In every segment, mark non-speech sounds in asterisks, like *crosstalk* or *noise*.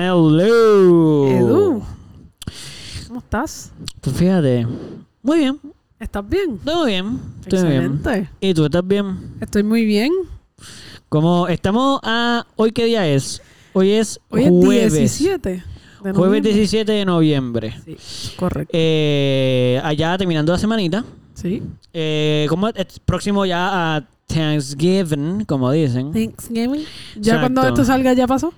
Dímelo. Edu, ¿cómo estás? Pues fíjate. Muy bien. ¿Estás bien? Todo bien. Estoy bien. Excelente. ¿Y tú estás bien? Estoy muy bien. Como estamos a. ¿Hoy qué día es? Hoy es Hoy jueves. es 17. de Jueves noviembre. 17 de noviembre. Sí, correcto. Eh, allá terminando la semanita. Sí. Eh, como es próximo ya a Thanksgiving, como dicen. Thanksgiving. Ya Exacto. cuando esto salga, ya pasó.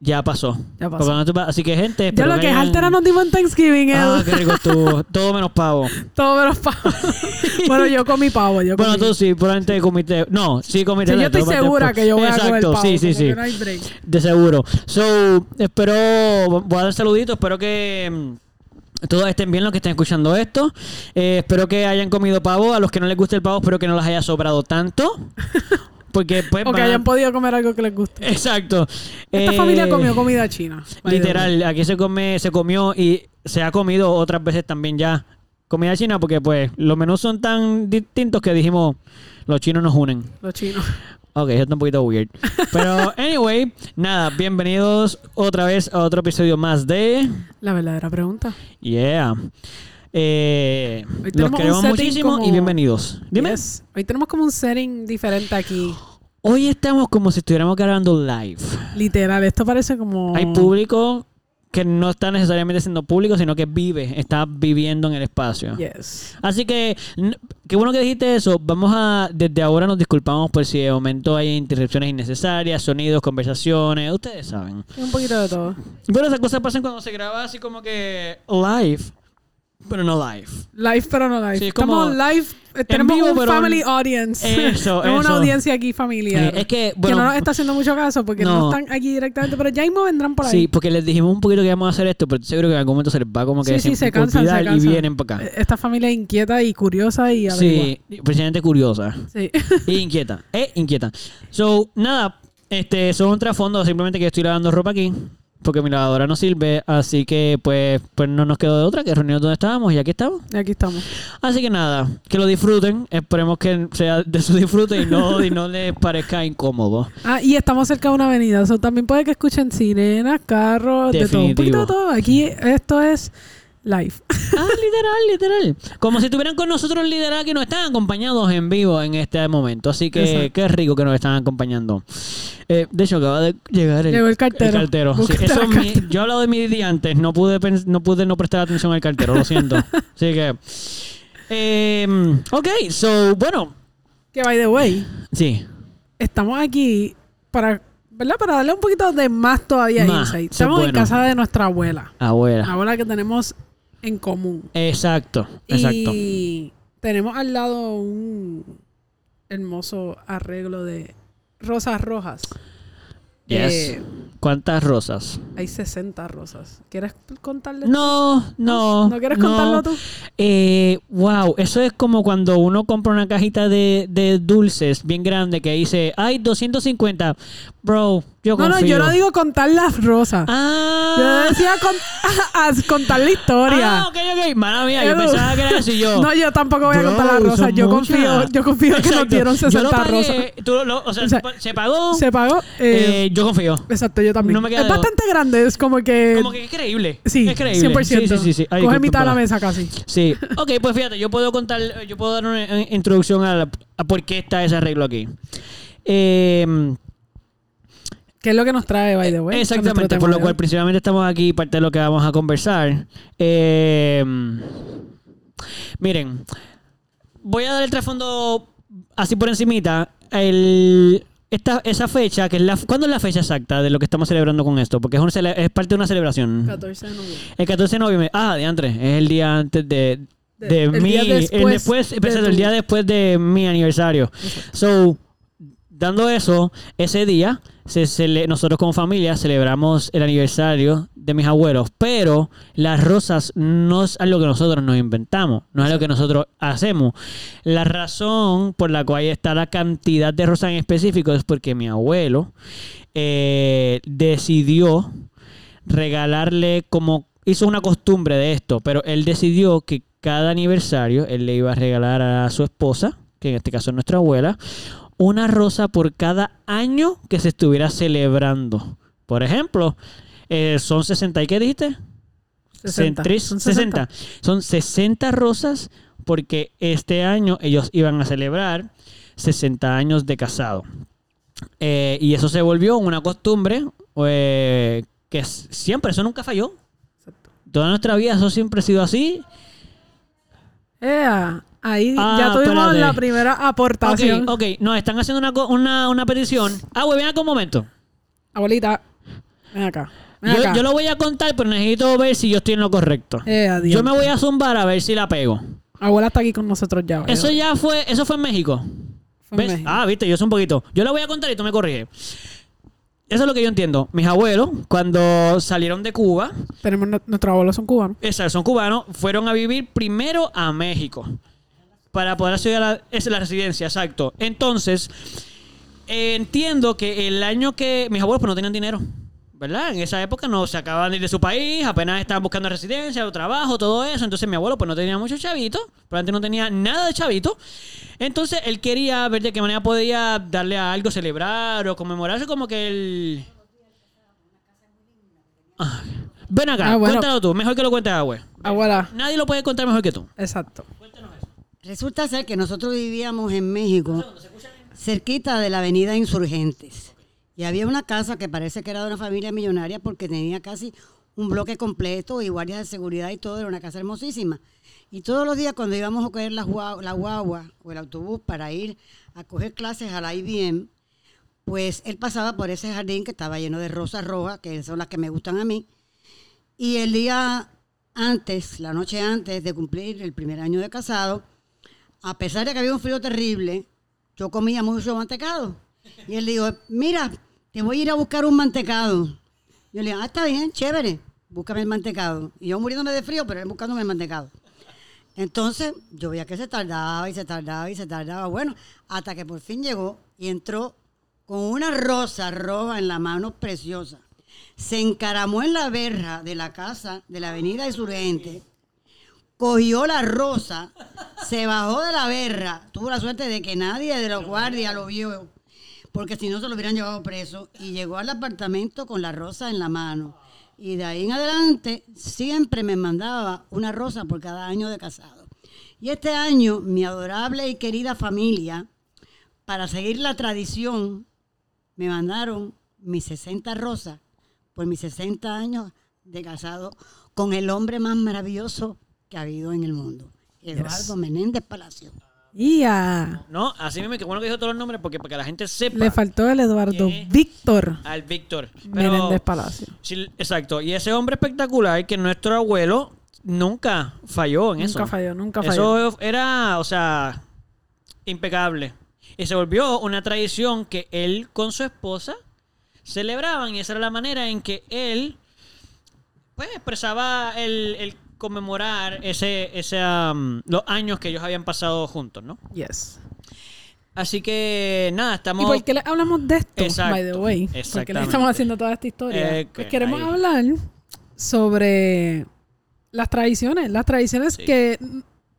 Ya pasó. Ya pasó. Porque no te pa- Así que, gente. ya espero lo que es hayan- altera nos dimos en Thanksgiving, Ah, Edu. qué rico estuvo. Todo menos pavo. *laughs* Todo *laughs* menos pavo. bueno, yo comí pavo. Yo Bueno, comí. tú sí, probablemente comiste. No, sí comiste. Sí, yo leche, estoy pero- segura que yo voy a comer pues. Exacto, pavo. sí, sí, como sí. que no hay break. De seguro. So, espero. Voy a dar saluditos. Espero que. mm, Todos estén bien los que estén escuchando esto. Eh, espero que hayan comido pavo. A los que no les guste el pavo, espero que no les haya sobrado *laughs* tanto. Porque, pues. O que van a- hayan podido comer algo que les guste. Exacto. Esta Eh, familia comió comida china. by the way. Literal, aquí se come, se comió y se ha comido otras veces también ya comida china porque pues los menús son tan distintos que dijimos los chinos nos unen. Los chinos. Ok, eso está un poquito weird. *laughs* Pero anyway, nada, bienvenidos otra vez a otro episodio más de La verdadera pregunta. Yeah. Eh, Hoy los tenemos un queremos setting muchísimo como- y bienvenidos. Dime. Yes. Hoy tenemos como un setting *gasps* diferente aquí. Hoy estamos como si estuviéramos grabando live. Literal, esto parece como. Hay público que no está necesariamente siendo público, sino que vive, está viviendo en el espacio. Yes. Así que, n- qué bueno que dijiste eso. Vamos a, desde ahora nos disculpamos por si de momento hay interrupciones innecesarias, sonidos, conversaciones, ustedes saben. Un poquito de todo. Pero esas cosas pasan cuando se graba así como que live, pero no live. Live, pero no live. Sí, es como Estamos live. eh, Tenemos vivo, un pero family un- audience. Eso, *laughs* Tenemos eso. una audiencia aquí familiar. Eh, es que, que no bueno, nos está haciendo mucho caso porque no. no. están aquí directamente, pero ya mismo vendrán por sí, ahí. porque les dijimos un poquito que íbamos a hacer esto, pero estoy seguro que en algún momento se les va como que Sí, sí, se olvidar cansan, se y cansan. vienen para acá. Eh, Esta familia es inquieta y curiosa y averigua. Sí, precisamente curiosa. Sí. *laughs* Y inquieta, *laughs* eh, inquieta. So, nada, este, son un trasfondo, simplemente que estoy lavando ropa aquí, porque mi lavadora no sirve, así que pues, pues no nos quedó de otra que reunirnos donde estábamos y aquí estamos. Y aquí estamos. Así que nada, que lo disfruten, esperemos que sea de su disfrute y no, y no les parezca incómodo. Ah, y estamos cerca de una avenida. So, también puede que escuchen sirenas, carros, de todo. Un poquito Definitivo. de todo. Aquí esto es live. Ah, literal, literal. Como si estuvieran con nosotros literal que nos están acompañados en vivo en este momento. Así que Exacto. qué rico que nos están acompañando. Eh, de hecho, acaba de llegar el, Llegó el cartero. Sí, Búscate eso la es mi- cartera. yo he hablado de mi día antes. No pude, pens- no pude no prestar atención al cartero, lo *laughs* siento. Así que... eh, ok, so, bueno. *laughs* Que by the way, Sí. estamos aquí para, ¿verdad? Para darle un poquito de más todavía Más, insight. eso es Estamos en bueno. casa de nuestra abuela. La Abuela. abuela que tenemos en común. Exacto, exacto. Y tenemos al lado un hermoso arreglo de rosas rojas. Yes. Eh, ¿Cuántas rosas? hay 60 rosas. ¿Quieres contarle? No, no. ¿No quieres contarlo tú? Eh, wow, eso es como cuando uno compra una cajita de, de dulces bien grande que dice, ay, 250. Bro, yo No, confío. no, yo no digo contar las rosas. Ah, Yo decía con- *laughs* a- a contar la historia. ah, ok, ok. Mala mía, yo Edu. pensaba que era eso y yo. *laughs* No, yo tampoco voy a Bro, contar las son rosas. Yo muchas. confío, yo confío que nos Exacto. dieron Yo lo 60 pagué, rosas. tú lo- lo- o, sea, O sea, se pagó. Se pagó. eh, eh, yo confío. exacto, yo también. no me queda es de bastante grande, es como que. Como que es creíble. Eh, sí, es creíble. 100%. Sí, sí, sí. sí. Ay, Coge disculpa, mitad de la mala. mesa casi. Sí. *laughs* Ok, pues fíjate, yo puedo contar, eh, yo puedo dar una eh, introducción a, la- a por qué está ese arreglo aquí. Eh, ¿Qué es lo que nos trae, by the way? con nuestro exactamente, tema por lo de cual hoy? principalmente estamos aquí, parte de lo que vamos a conversar. Eh, miren, voy a dar el trasfondo así por encimita. El, esta, esa fecha, que es la, ¿cuándo es la fecha exacta de lo que estamos celebrando con esto? Porque es, una cele- es parte de una celebración. 14 de noviembre. El 14 de noviembre. Ah, de antes. Es el día antes de, de, De- el mi. día el, después después, de exacto, el tu- día después de mi aniversario. So, dando eso, ese día, se cele- nosotros como familia celebramos el aniversario de mis abuelos. Pero las rosas no es algo que nosotros nos inventamos. No es algo que nosotros hacemos. La razón por la cual está la cantidad de rosas en específico es porque mi abuelo eh, decidió regalarle como hizo una costumbre de esto, pero él decidió que cada aniversario él le iba a regalar a su esposa, que en este caso es nuestra abuela, una rosa por cada año que se estuviera celebrando. Por ejemplo, Eh, son 60, ¿y qué dijiste? 60. Centris- Son 60. Son 60 rosas porque este año ellos iban a celebrar 60 años de casado. Eh, y eso se volvió una costumbre eh, que s- siempre, eso nunca falló. Exacto. Toda nuestra vida eso siempre ha sido así. Ea, ahí Ah, ya tuvimos espérate. la primera Ok, aportación. ok, nos están haciendo una, co- una, una petición. Ah, güey, ven acá un momento. Abuelita, ven acá. Ven Yo, acá. Eh, yo lo voy a contar, pero necesito ver si yo estoy en lo correcto. Ea, Dios. Yo me voy a zumbar a ver si la pego. Abuela está aquí con nosotros ya. vaya. Eso ya fue, eso fue en México. Fue ¿Ves? en México. Ah, viste, yo sé un poquito. Yo la voy a contar y tú me corriges. Eso es lo que yo entiendo. Mis abuelos, cuando salieron de Cuba, Tenemos nu- nuestros abuelos son cubanos. exacto, son cubanos, fueron a vivir primero a México para poder estudiar la, es la residencia, exacto. Entonces, eh, entiendo que el año que mis abuelos pues no tenían dinero, ¿verdad? En esa época no se acababan de ir de su país, apenas estaban buscando residencia, o trabajo, todo eso. Entonces mi abuelo pues no tenía mucho chavito, pero antes no tenía nada de chavito. Entonces él quería ver de qué manera podía darle a algo, celebrar o conmemorarse como que él... Ah, Ven acá, Ah, bueno. cuéntalo tú, mejor que lo cuentes güey. Abuela, Nadie lo puede contar mejor que tú. exacto. Resulta ser que nosotros vivíamos en México, cerquita de la avenida Insurgentes. Y había una casa que parece que era de una familia millonaria porque tenía casi un bloque completo y guardias de seguridad y todo, era una casa hermosísima. Y todos los días cuando íbamos a coger la, guagua- la guagua o el autobús para ir a coger clases a la IBM, pues él pasaba por ese jardín que estaba lleno de rosas rojas, que son las que me gustan a mí, y el día antes, la noche antes de cumplir el primer año de casado, a pesar de que había un frío terrible, yo comía mucho mantecado. Y él dijo, mira, te voy a ir a buscar un mantecado. Yo le digo, ah, está bien, chévere, búscame el mantecado. Y yo muriéndome de frío, pero él buscándome el mantecado. Entonces, yo veía que se tardaba y se tardaba y se tardaba. Bueno, hasta que por fin llegó y entró con una rosa roja en la mano preciosa. Se encaramó en la verja de la casa de la avenida Insurgente, cogió la rosa, se bajó de la verja. Tuvo la suerte de que nadie de los guardias lo vio, porque si no se lo hubieran llevado preso. Y llegó al apartamento con la rosa en la mano. Y de ahí en adelante siempre me mandaba una rosa por cada año de casado. Y este año, mi adorable y querida familia, para seguir la tradición, me mandaron mis 60 rosas por mis 60 años de casado con el hombre más maravilloso que ha habido en el mundo, Eduardo Menéndez Palacio. Ya. No, así mismo, que bueno que dijo todos los nombres porque para que la gente sepa Le faltó el Eduardo ¿Qué? Víctor al Víctor. Pero- Menéndez Palacio. Sí, exacto. Y ese hombre espectacular que nuestro abuelo nunca falló en eso. Nunca falló, nunca falló. Eso era, o sea, impecable. Y se volvió una tradición que él con su esposa celebraban y esa era la manera en que él pues expresaba el, el conmemorar ese, ese um, los años que ellos habían pasado juntos, ¿no? Yes. Así que nada, ¿Y estamos por qué le hablamos de esto, by the Exacto, way? ¿Por qué le exactamente. estamos haciendo toda esta historia? Eh, pues que queremos ahí. hablar sobre las tradiciones. Las tradiciones Sí. que...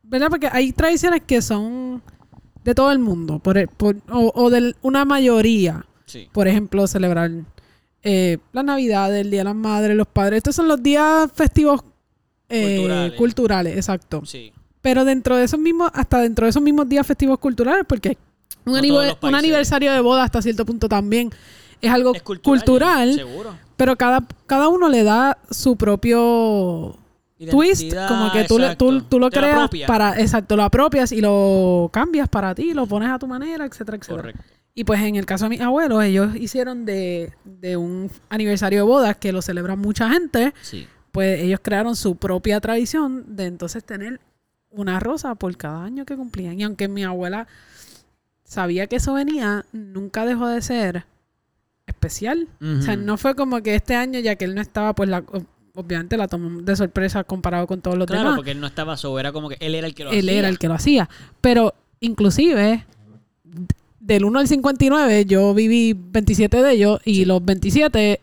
¿Verdad? Porque hay tradiciones que son de todo el mundo. Por, el- por- o, o de una mayoría. Sí. Por ejemplo, celebrar eh, la Navidad, el Día de las Madres, los Padres. Estos son los días festivos eh, Culturales. culturales. exacto. Sí. Pero dentro de esos mismos, hasta dentro de esos mismos días festivos culturales, porque un, No anive- todos los un países. aniversario de boda hasta cierto punto también es algo Es cultural, Seguro. pero cada, cada uno le da su propio twist, Identidad, como que tú, le- exacto. tú, tú lo Te la creas apropias. para, exacto, lo apropias y lo cambias para ti, lo pones a tu manera, etcétera, etcétera. Correcto. Y pues en el caso de mis abuelos, ellos hicieron de, de un aniversario de bodas que lo celebra mucha gente, Sí. pues ellos crearon su propia tradición de entonces tener una rosa por cada año que cumplían. Y aunque mi abuela sabía que eso venía, nunca dejó de ser especial. O sea, Ujú. no fue como que este año, ya que él no estaba, pues la, ob- obviamente la tomó de sorpresa comparado con todos los Claro, demás. porque él no estaba solo, era como que él era el que lo Él hacía. era el que lo hacía. Pero inclusive, d- del 1 al 59, yo viví 27 de ellos y los 27... es-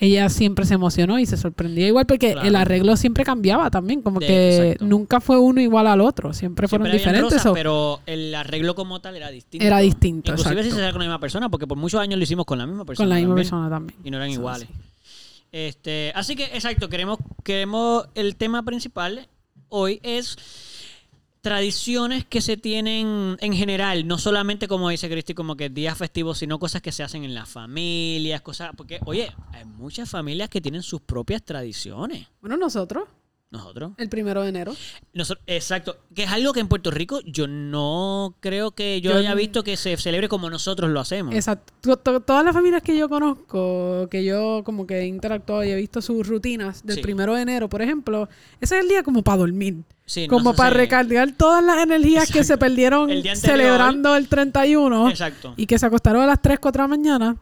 ella siempre se emocionó y se sorprendía igual porque Claro. el arreglo siempre cambiaba también, como De- que exacto. nunca fue uno igual al otro, siempre, Siempre fueron habían diferentes. rosas, so- pero el arreglo como tal era distinto. Era distinto, Inclusive si exacto. se hacía con la misma persona, porque por muchos años lo hicimos con la misma persona. con la misma también, persona también. Y no eran Eso iguales. sí. Este, así que, exacto, queremos, queremos el tema principal hoy es tradiciones que se tienen en general, no solamente como dice Cristi, como que días festivos, sino cosas que se hacen en las familias, cosas, porque, oye, hay muchas familias que tienen sus propias tradiciones. Bueno, nosotros, Nosotros. el primero de enero. Nosotros, exacto. Que es algo que en Puerto Rico yo no creo que yo, Yo- haya visto que se celebre como nosotros lo hacemos. Exacto. To- to- Todas las familias que yo conozco, que yo como que he interactuado y he visto sus rutinas del Sí. primero de enero, por ejemplo, ese es el día como para dormir. Sí, no como se para hace- recargar todas las energías que se perdieron El día anterior. celebrando el 31 Exacto. y que se acostaron a las 3, 4 de la mañana.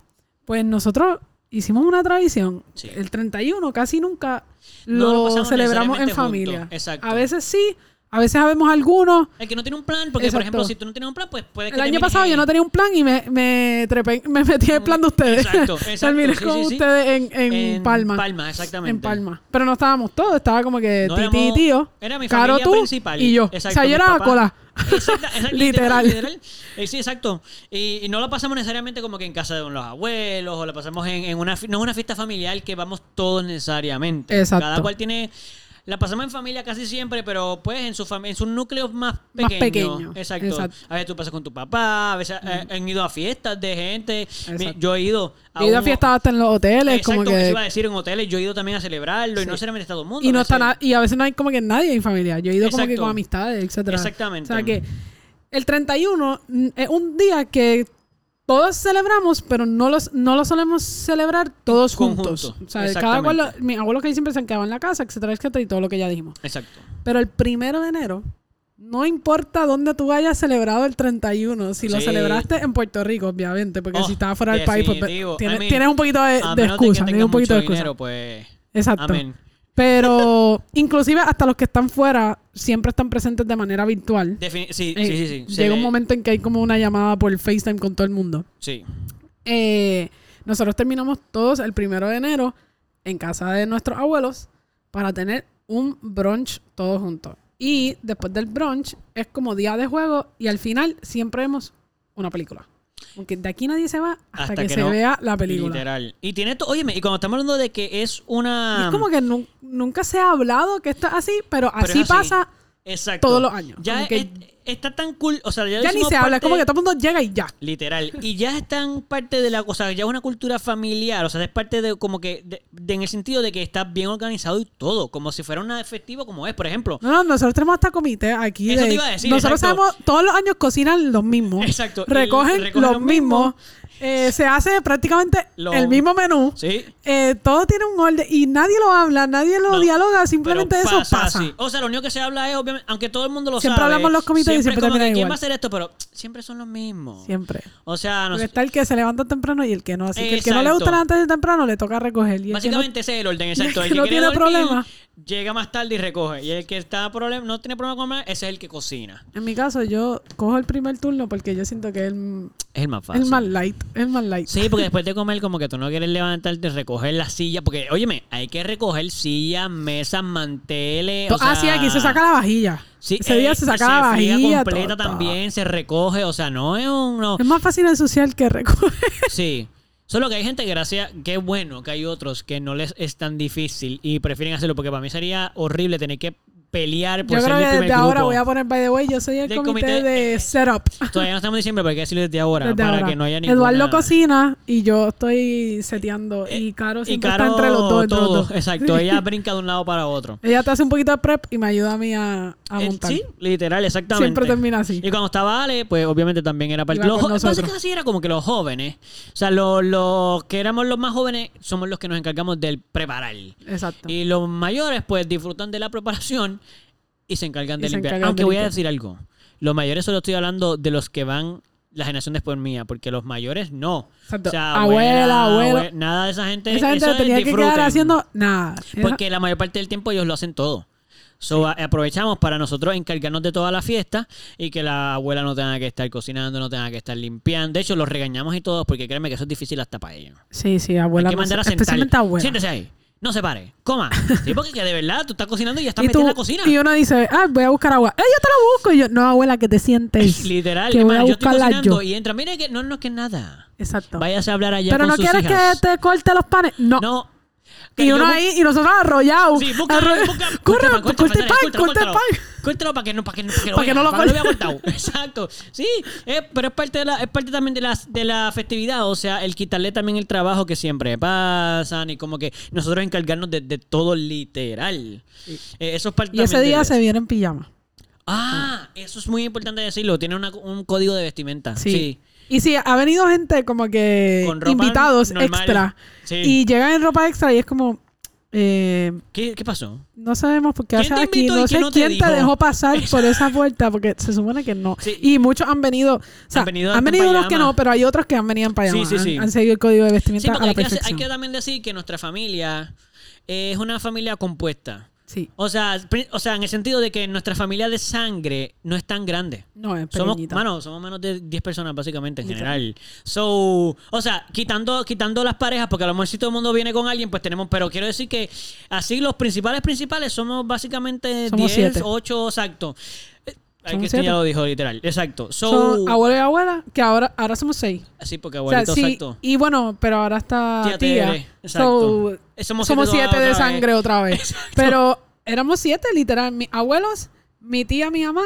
Pues nosotros hicimos una tradición. Sí. El 31 casi nunca No lo lo, pasamos celebramos en necesariamente familia. juntos, exacto. A veces sí, a veces sabemos algunos. El que no tiene un plan, porque por Exacto. ejemplo, si tú no tienes un plan, pues puede que El año termine- pasado yo no tenía un plan y me, me, trepé- *laughs* me metí en el plan de ustedes. Exacto, *laughs* exacto, Terminé sí, con sí, sí. ustedes en, en Palma. Palma, exactamente. En Palma. Pero no estábamos todos, estaba como que No Titi y éramos- tío. Era mi Caro familia tú principal. y yo. Exacto, o sea, yo mis era la papás. cola. Exacta- exacto, *laughs* Literal. literal. literal. Eh, sí, exacto. Y, y no la pasamos necesariamente como que en casa de los abuelos o la pasamos en, en una... fi- No es una fiesta familiar que vamos todos necesariamente. Exacto. Cada cual tiene... La pasamos en familia casi siempre, pero pues en su fam- en sus núcleos más Más pequeños. pequeño, Exacto. exacto. Mm. A veces tú pasas con tu papá, a veces eh, han ido a fiestas de gente. Mi- Exacto. Yo he ido a He ido a uno- fiestas hasta en los hoteles, Exacto, como como iba a que. decir en hoteles, yo he ido también a celebrarlo y Sí. no necesariamente está todo el mundo. Y, no a está veces- na- y a veces no hay como que nadie en familia. Yo he ido como que Exacto. con amistades, etcétera. Exactamente. O sea que el 31 mm, es un día que todos celebramos, pero no los no lo solemos celebrar todos Conjunto, juntos. O sea, cada cual, lo- mis abuelos que siempre se han quedado en la casa, etcétera, etcétera, y todo lo que ya dijimos. Exacto. Pero el primero de enero, no importa dónde tú hayas celebrado el 31, si lo Sí. celebraste en Puerto Rico, obviamente, porque Oh, si estabas fuera del país, pues, definitivo. tienes, I mean, tienes un poquito de, A de menos de que excusa, tienes tengas un mucho poquito de excusa. dinero, pues. Exacto. Amén. Pero inclusive hasta los que están fuera siempre están presentes de manera virtual. Defini- sí, Eh, sí, sí, sí. Se Llega un ve- momento en que hay como una llamada por FaceTime con todo el mundo. Sí. Eh, nosotros terminamos todos el primero de enero en casa de nuestros abuelos para tener un brunch todos juntos. Y después del brunch es como día de juego y al final siempre vemos una película. Porque de aquí nadie se va hasta, Hasta que, que se no. vea la película. Literal. Y tiene todo. Óyeme, y cuando estamos hablando de que es Y una. es como que nu- nunca se ha hablado que esto es así, pero Ah. Pero es así, así. pasa. Exacto. todos los años. Ya Como que- es- está tan cool. O sea, ya, lo Ya ni hicimos se habla, es como que parte- todo el mundo llega y ya. Literal. Y ya están parte de la. O sea, ya es una cultura familiar. O sea, es parte de como que. de- de- en el sentido de que está bien organizado y todo. Como si fuera un festivo como es. Por ejemplo, No, no, nosotros tenemos hasta comité aquí. Eso de- te iba a decir, nosotros exacto. sabemos, todos los años cocinan los mismos. Exacto. Y Recogen, recogen los los mismos. mismos. eh, se hace prácticamente Lo- el mismo menú. sí. eh, todo tiene un orden y nadie lo habla, nadie lo No, dialoga, simplemente Pero eso pasa. así. O sea, lo único que se habla es, obviamente, aunque todo el mundo lo Siempre sabe. hablamos los comités y siempre como que, termina ¿Quién igual. va a hacer esto? Pero siempre son los mismos. Siempre. O sea, Ah, no Porque sé. está el que se levanta temprano y el que no. Así que el que no le Exacto. gusta levantarse temprano le toca recoger. Y el que no- Básicamente ese es el *laughs* orden, exacto. y el El que que no quiere tiene dormir, problema. Llega más tarde y recoge. Y el que está problem- no tiene problema con comer, ese es el que cocina. en mi caso, yo cojo el primer turno porque yo siento que es el, Es el más fácil. el más light. El más light. Sí, porque después de comer, como que tú no quieres levantarte, recoger la silla. Porque, óyeme, hay que recoger sillas, mesas, manteles. o ah, sí, sea, aquí se saca la vajilla. Sí, Ese día eh, se saca la friega vajilla. completa todo, todo. también, se recoge. O sea, no es un. *laughs* no- Es más fácil ensuciar que recoger. Sí. Solo que hay gente, gracias, qué bueno que hay otros que no les es tan difícil y prefieren hacerlo, porque para mí sería horrible tener que pelear por *laughs* Yo ser creo mi que primer desde grupo. ahora voy a poner, by the way, yo soy el Del comité, comité, de eh, setup. Todavía no estamos en diciembre, pero hay que decirlo desde ahora, Desde para ahora. que no haya ninguna... Eh, Eduardo cocina y yo estoy seteando. Y Caro Y siempre Caro, está entre los dos. entre los todo, dos. exacto. *laughs* Ella brinca de un lado para otro. Ella te hace un poquito de prep y me ayuda a mí a, a Eh, montar. Sí, literal, exactamente. Siempre termina así. Y cuando estaba Ale, pues obviamente también era parte... Iba Los con jo- lo que pasa es nosotros. que así era como que los jóvenes, o sea, los, los que éramos los más jóvenes somos los que nos encargamos del preparar. Exacto. Y los mayores, pues, disfrutan de la preparación y se encargan Y de se limpiar. encargan de Aunque voy a limpiar. decir algo. Los mayores solo estoy hablando de los que van la generación después mía, porque los mayores no. Exacto. O sea, abuela, Abuela, abuelo. abue- nada de esa gente. Esa gente eso le es tenía que quedar disfruten. haciendo eh, nada. Esa- Porque la mayor parte del tiempo ellos lo hacen todo. So, a- aprovechamos para nosotros encargarnos de toda la fiesta y que la abuela no tenga que estar cocinando, no tenga que estar limpiando. De hecho, los regañamos y todos porque créeme que eso es difícil hasta para ellos. Sí, sí, abuela. Hay que no mandar sé- a sentar. especialmente abuela. Siéntese ahí. No se pare. *laughs* Coma. Sí, porque que de verdad tú estás cocinando y ya estás Y, metida tú, en la cocina. *laughs* y uno dice, ah, voy a buscar agua. Eh, yo te la busco. Y yo, no, abuela, que *laughs* te sientes. Literal. Que voy hermano, a yo estoy buscarla cocinando yo. y entra. Mire que no, no es que nada. Exacto. Váyase a hablar allá Pero con no sus quieres hijas. que te corte los panes. No. No. que y yo uno bu- ahí, y nosotros arrollados. Sí, busca, Arro- busca. Corre, corta, corta, corte dale, pan, corta, corte córtalo. pan. Córtalo para que no, para que no, para que Para que no lo para que corte. vea *laughs* cortado. Exacto. Sí, eh, pero es parte, de la, es parte también de, las, de la festividad, o sea, el quitarle también el trabajo que siempre pasan y como que nosotros encargarnos de, de todo literal. Eh, eso es parte Y ese también día de- se viene en pijama. Ah, eso es muy importante decirlo. Tiene una- un código de vestimenta. Sí. Sí. Y sí, ha venido gente como que Con ropa invitados normal. extra. Sí. Y llegan en ropa extra y es como, eh, ¿Qué, qué pasó? no sabemos por qué ¿Quién haces te aquí. invitó y No sé quién no te quién te dijo? *laughs* dejó pasar por esa puerta porque se supone que no. Sí. Y muchos han venido. O sea, Han han venido venido, hasta en unos que pijama. no, pero hay otros que han venido en pijama. Sí, sí, sí. Han, han seguido el código de vestimenta Sí, a porque la hay que, hacer- hay perfección. que también decir que nuestra familia es una familia compuesta. Sí. O sea, pri- o sea, en el sentido de que nuestra familia de sangre no es tan grande. No, es Somos, pequeñita. mano, somos menos de 10 personas básicamente en general. So, o sea, quitando, quitando las parejas, porque a lo mejor si todo el mundo viene con alguien, pues tenemos, pero quiero decir que así los principales principales somos básicamente Somos 10, siete. 8, exacto. Eh, Ay, Somos que esto ya siete. lo dijo literal, exacto. So, Son abuelo y abuela, que ahora, ahora somos seis. así porque O sea, abuelito, sí, exacto. Y bueno, pero ahora está Tía tía. Tere, exacto. So, Eh, somos somos, siete siete de otra vez. sangre *laughs* otra vez. Pero éramos siete, literal. Mis abuelos, mi tía, mi mamá,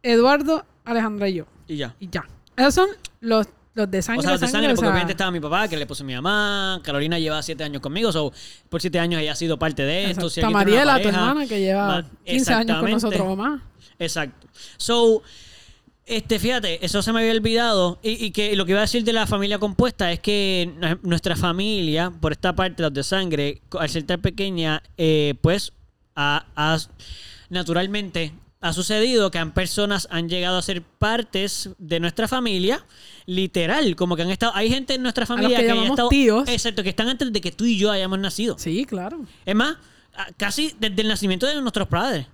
Eduardo, Alejandra y yo. Y ya. Y ya. Esos son los, los de sangre. O sea, los de sangre, o porque sea, obviamente estaba mi papá, que le puso mi mamá. Carolina lleva siete años conmigo, so, por siete años ella ha sido parte de esto. exacto. Si Está alguien tiene una Mariela, tu pareja, hermana, que lleva ma- 15 años con exactamente. nosotros o más. Exacto. So, este, fíjate, eso se me había olvidado. Y, y que lo que iba a decir de la familia compuesta es que nu- nuestra familia, por esta parte, los de sangre, co- al ser tan pequeña, eh, pues, ha- ha- naturalmente ha sucedido que han personas han llegado a ser partes de nuestra familia, literal, como que han estado, hay gente en nuestra familia que que, ha llamamos estado, tíos. exacto, que están antes de que tú y yo hayamos nacido. Sí, claro. Es más, a- casi desde el nacimiento de nuestros padres.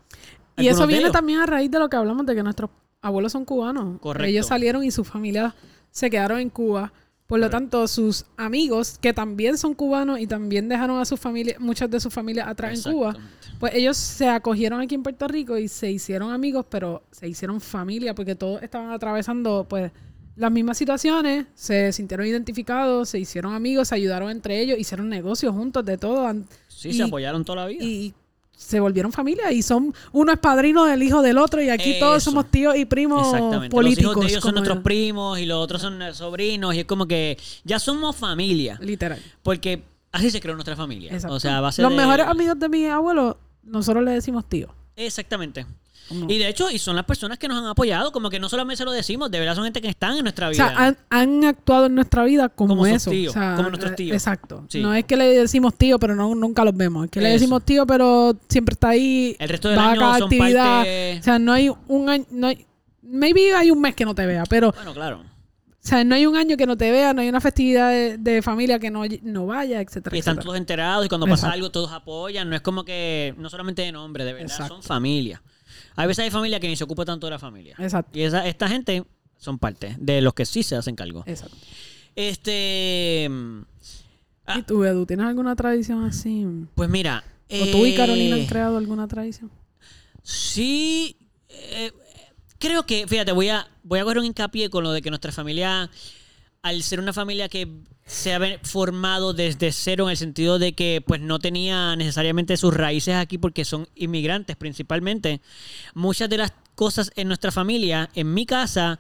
Y Algunos eso de viene ellos. también a raíz de lo que hablamos de que nuestros abuelos son cubanos. Correcto. Ellos salieron y sus familias se quedaron en Cuba. Por lo tanto, sus amigos, que también son cubanos y también dejaron a sus familias, muchas de sus familias atrás en Cuba, Exactamente. pues ellos se acogieron aquí en Puerto Rico y se hicieron amigos, pero se hicieron familia porque todos estaban atravesando pues las mismas situaciones, se sintieron identificados, se hicieron amigos, se ayudaron entre ellos, hicieron negocios juntos de todo. an- Sí, y- se apoyaron toda la vida. y se volvieron familia y son uno es padrino del hijo del otro y aquí todos Eso. somos tíos y primos Exactamente. políticos Los hijos de ellos son como nuestros era. primos y los otros son eh, sobrinos y es como que ya somos familia. literal Porque así se creó nuestra familia. Exacto. O sea, va a ser los de- mejores amigos de mi abuelo nosotros le decimos tío Exactamente. Como- Y de hecho, y son las personas que nos han apoyado, como que no solamente se lo decimos, de verdad son gente que están en nuestra o vida. sea han, han actuado en nuestra vida como, Como sus eso tíos, o sea, como nuestros eh, tíos. exacto Sí. no es que le decimos tío pero no, nunca los vemos es que le Eso. decimos tío pero siempre está ahí El resto del va a año cada son actividad parte- o sea no hay un año no hay maybe hay un mes que no te vea pero Bueno, claro. O sea, no hay un año que no te vea, no hay una festividad de, de familia que no, no vaya, etcétera. Y están etcétera. todos enterados y cuando pasa Exacto. algo todos apoyan. No es como que, no solamente de nombre, de verdad, son Exacto. familia. Hay veces hay familia que ni se ocupa tanto de la familia. Exacto. Y esa, esta gente son parte de los que sí se hacen cargo. Exacto. Este. Ah. ¿Y tú, Edu, tienes alguna tradición así? ¿O Pues mira. tú y Carolina eh, han creado alguna tradición? Sí. eh, creo que, fíjate, voy a, voy a coger un hincapié con lo de que nuestra familia, al ser una familia que se ha ven- formado desde cero en el sentido de que pues no tenía necesariamente sus raíces aquí porque son inmigrantes principalmente, muchas de las cosas en nuestra familia, en mi casa,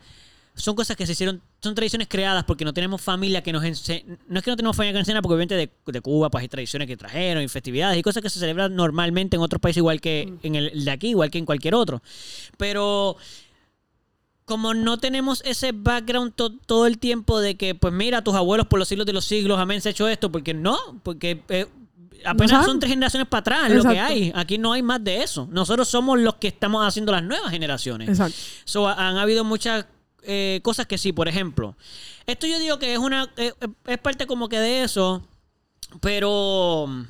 son cosas que se hicieron, son tradiciones creadas porque no tenemos familia que nos enseña. No es que no tenemos familia que nos enseña, porque obviamente de, de Cuba, pues hay tradiciones que trajeron y festividades y cosas que se celebran normalmente en otros países, igual que en el el de aquí, igual que en cualquier otro. Pero como no tenemos ese background to- todo el tiempo de que, pues mira, tus abuelos por los siglos de los siglos, amén, se ha hecho esto, porque no, porque eh, apenas saben. son tres generaciones para atrás lo que Exacto. hay. Aquí no hay más de eso. Nosotros somos los que estamos haciendo las nuevas generaciones. Exacto. So, ha- han habido muchas eh, cosas que sí, por ejemplo. Esto yo digo que es una. eh, eh, es parte como que de eso. Pero. mm,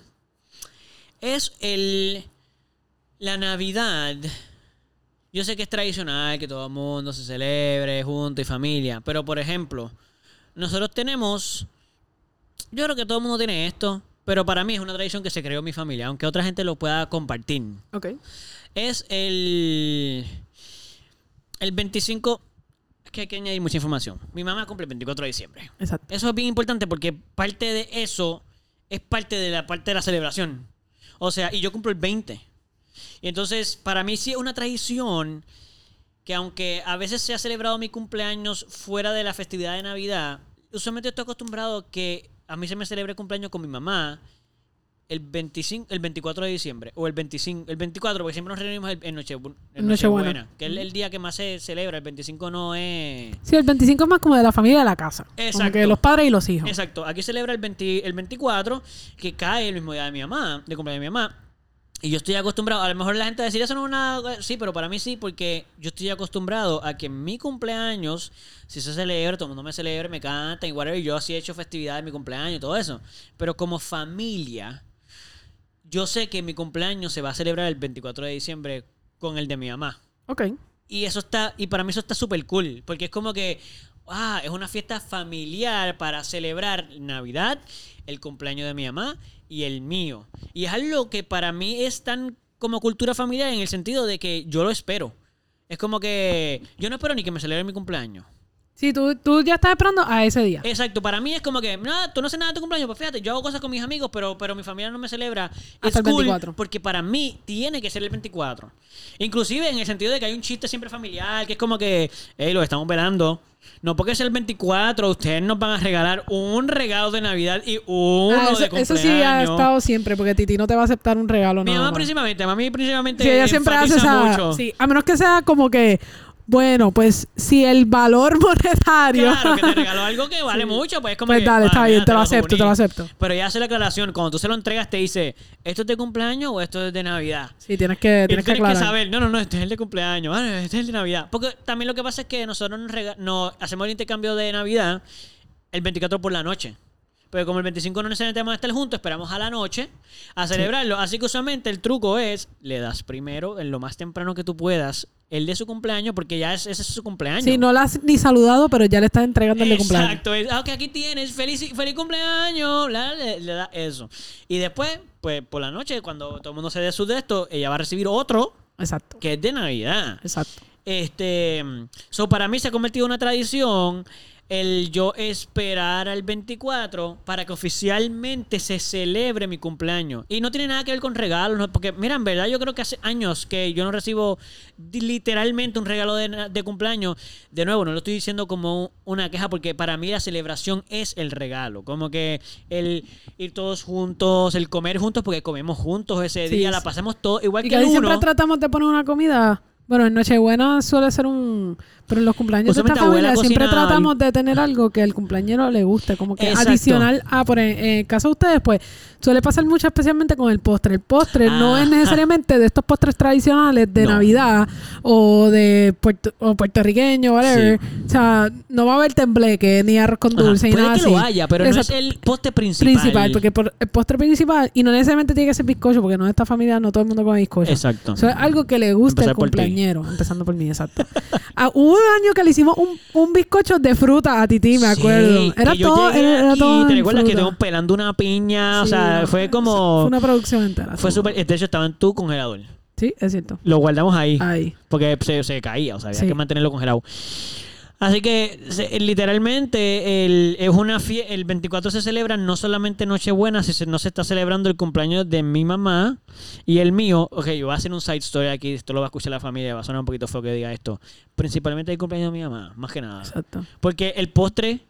Es el. La Navidad. Yo sé que es tradicional que todo el mundo se celebre junto y familia. Pero, por ejemplo, nosotros tenemos. Yo creo que todo el mundo tiene esto. Pero para mí es una tradición que se creó en mi familia. Aunque otra gente lo pueda compartir Ok. es el el 25 es que hay que añadir mucha información mi mamá cumple el 24 de diciembre Exacto. eso es bien importante porque parte de eso es parte de la parte de la celebración. O sea, y yo cumplo el 20. Y entonces, para mí sí es una tradición que aunque a veces se ha celebrado mi cumpleaños fuera de la festividad de Navidad, usualmente estoy acostumbrado que a mí se me celebra el cumpleaños con mi mamá el 25, el 24 de diciembre o el 25, el 24 porque siempre nos reunimos el- en, Noche- en Nochebuena, Nochebuena. que es el día que más se celebra, el 25 no es Sí, el 25 es más como de la familia de la casa. Como Exacto. que los padres y los hijos. Exacto. Aquí celebra el, 20 el 24, que cae el mismo día de mi mamá, de cumpleaños de mi mamá. Y yo estoy acostumbrado, a lo mejor la gente va a decir, eso no es una... Sí, pero para mí sí, porque yo estoy acostumbrado a que en mi cumpleaños, si se celebra, todo el mundo me celebra, me canta y whatever, y yo así he hecho festividad de mi cumpleaños y todo eso. Pero como familia, yo sé que mi cumpleaños se va a celebrar el 24 de diciembre con el de mi mamá. Ok. Y eso está, y para mí eso está súper cool, porque es como que, ah, es una fiesta familiar para celebrar Navidad, el cumpleaños de mi mamá y el mío. Y es algo que para mí es tan como cultura familiar en el sentido de que yo lo espero. Es como que yo no espero ni que me celebre mi cumpleaños. Sí, tú, tú ya estás esperando a ese día. *laughs* Exacto, para mí es como que, nada, tú no haces nada de tu cumpleaños, pues fíjate, yo hago cosas con mis amigos, pero, pero mi familia no me celebra. Es Hasta el cool, 24. porque para mí tiene que ser el 24. Inclusive en el sentido de que hay un chiste siempre familiar, que es como que, hey, los estamos velando. No porque sea el 24, ustedes nos van a regalar un regalo de Navidad y uno Ah, eso, de cumpleaños. eso sí ha estado siempre, porque Titi no te va a aceptar un regalo. Mi nada mamá más. principalmente, mami principalmente Sí, ella siempre hace enfatiza esa. mucho. Sí, a menos que sea como que, bueno, pues si el valor *laughs* monetario. Claro, que te *laughs* regaló algo que vale mucho, pues es como Pues que, dale, ah, está mira, bien, te lo acepto, suponí. te lo acepto. Pero ella hace la aclaración, cuando tú se lo entregas te dice, ¿esto es de cumpleaños o esto es de Navidad? sí, tienes que, Y tú tienes que aclarar. saber, no, no, no, este es el de cumpleaños, ah, no, este es el de Navidad. Porque también lo que pasa es que nosotros nos, rega- nos hacemos el intercambio de Navidad el 24 por la noche. Pero como el 25 no necesariamente vamos a estar juntos, esperamos a la noche a celebrarlo. Así que usualmente el truco es, le das primero, en lo más temprano que tú puedas, el de su cumpleaños, porque ya es, ese es su cumpleaños. Sí, no la has ni saludado, pero ya le estás entregando el de cumpleaños. Exacto. es, ah, ok, aquí tienes. Feliz, feliz cumpleaños. la, le, le da eso. Y después, pues por la noche, cuando todo el mundo se dé su de esto, ella va a recibir otro Exacto. que es de Navidad. Exacto. Este, so para mí se ha convertido en una tradición el yo esperar al 24 para que oficialmente se celebre mi cumpleaños. Y no tiene nada que ver con regalos, no, porque mira, en verdad yo creo que hace años que yo no recibo di- literalmente un regalo de, na- de cumpleaños. De nuevo, no lo estoy diciendo como una queja, porque para mí la celebración es el regalo. Como que el ir todos juntos, el comer juntos, porque comemos juntos ese Sí, día, sí. la pasamos todo igual Y Pues que que el ahí siempre uno. tratamos de poner una comida. Bueno, en Nochebuena suele ser un... Pero en los cumpleaños de esta Usualmente abuela familia siempre cocina tratamos de tener algo que al cumpleañero le guste. Como que Exacto. adicional a... Por en, en el caso de ustedes, pues, suele pasar mucho especialmente con el postre. El postre no Ah. es necesariamente de estos postres tradicionales de No. Navidad o de puerto, o puertorriqueño, whatever. O sea, no va a haber tembleque ni arroz con Ajá, dulce ni puede nada que así. lo haya, pero Exacto. no es el poste principal. principal, porque por, el postre principal, y no necesariamente tiene que ser bizcocho, porque no en esta familia no todo el mundo come bizcocho. Exacto. pues, Eso es algo que le gusta Empezar al por ti. cumpleañero, empezando por mí, exacto. Ah, hubo un año que le hicimos un, un bizcocho de fruta a Titi, me acuerdo. Sí, era que yo todo, llegué era, era aquí, todo. ¿Te en recuerdas que fruta. tengo pelando una piña? o Sí, sea, fue no, Fue como. una producción entera. Fue sí. súper. De hecho, estaba en tu congelador. Sí, es cierto. Lo guardamos ahí. Ahí. Porque se, se caía, o sea, había Sí. que mantenerlo congelado. Así que se- literalmente el, es una fie- el 24 se celebra no solamente Nochebuena, si se- no se está celebrando el cumpleaños de mi mamá y el mío. Ok, yo voy a hacer un side story aquí, esto lo va a escuchar la familia, va a sonar un poquito feo que diga esto. Principalmente el cumpleaños de mi mamá, más que nada. Exacto. Porque el postre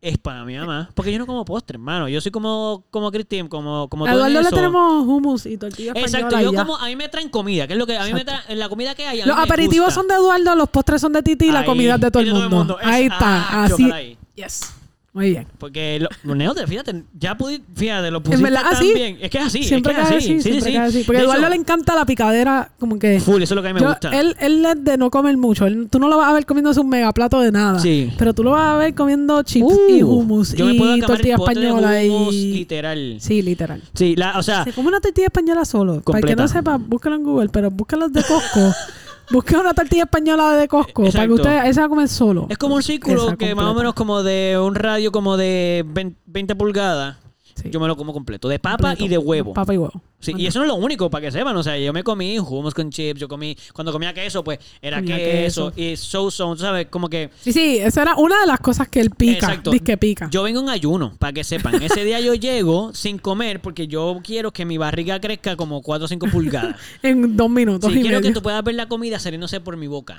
es para mi mamá. Porque yo no como postre, hermano. Yo soy como, como Cristian, como, como A todo Eduardo le eso. tenemos hummus y tortillas Exacto, yo como, a mí me traen comida, que es lo que a mí me Exacto. traen, la comida que hay. a mí Los me aperitivos gusta. son de Eduardo, los postres son de Titi y la Ahí, comida es de todo el y de mundo. todo el mundo. Es- Ahí está. ah, así. chócala ahí. Yes. Muy bien. Porque lo- lo, neo, te- fíjate, ya pude, fíjate, lo pusiste verdad, tan así. bien. Es que es así, Siempre es que es cae así. Sí, así, sí, siempre sí. cae así. Porque a De Eduardo hecho, le encanta la picadera, como que... Full, eso es lo que a mí me Yo- gusta. Él, él es de no comer mucho. Él- tú no lo vas a ver comiéndose un mega plato de nada. Sí. Pero tú lo vas a ver comiendo chips Uh, pues, y hummus yo me puedo y acabar el tortilla pote de española hummus, y... literal. Sí, literal. Sí, la, o sea, Se come una tortilla española solo. Para el que Completa. no sepa, búscalo en Google, pero búscalo de Costco. *laughs* Busca una tortilla española de Costco para que Exacto. usted esa la comen solo. es como un círculo Esa que más o completa. menos como de un radio como de 20, 20 pulgadas. Sí. Yo me lo como completo, de papa Completo. y de huevo. Papa y huevo. Sí, y eso no es lo único, para que sepan. O sea, yo me comí hummus con chips, yo comí... Cuando comía queso, pues era Comía queso. Y so so, tú sabes, como que... Sí, sí, esa era una de las cosas que él pica. Exacto. Dice que pica. Yo vengo en ayuno, para que sepan. Ese día *laughs* yo llego sin comer porque yo quiero que mi barriga crezca como 4 o *laughs* 5 pulgadas. en dos minutos Sí, y quiero que medio. tú puedas ver la comida saliéndose por mi boca.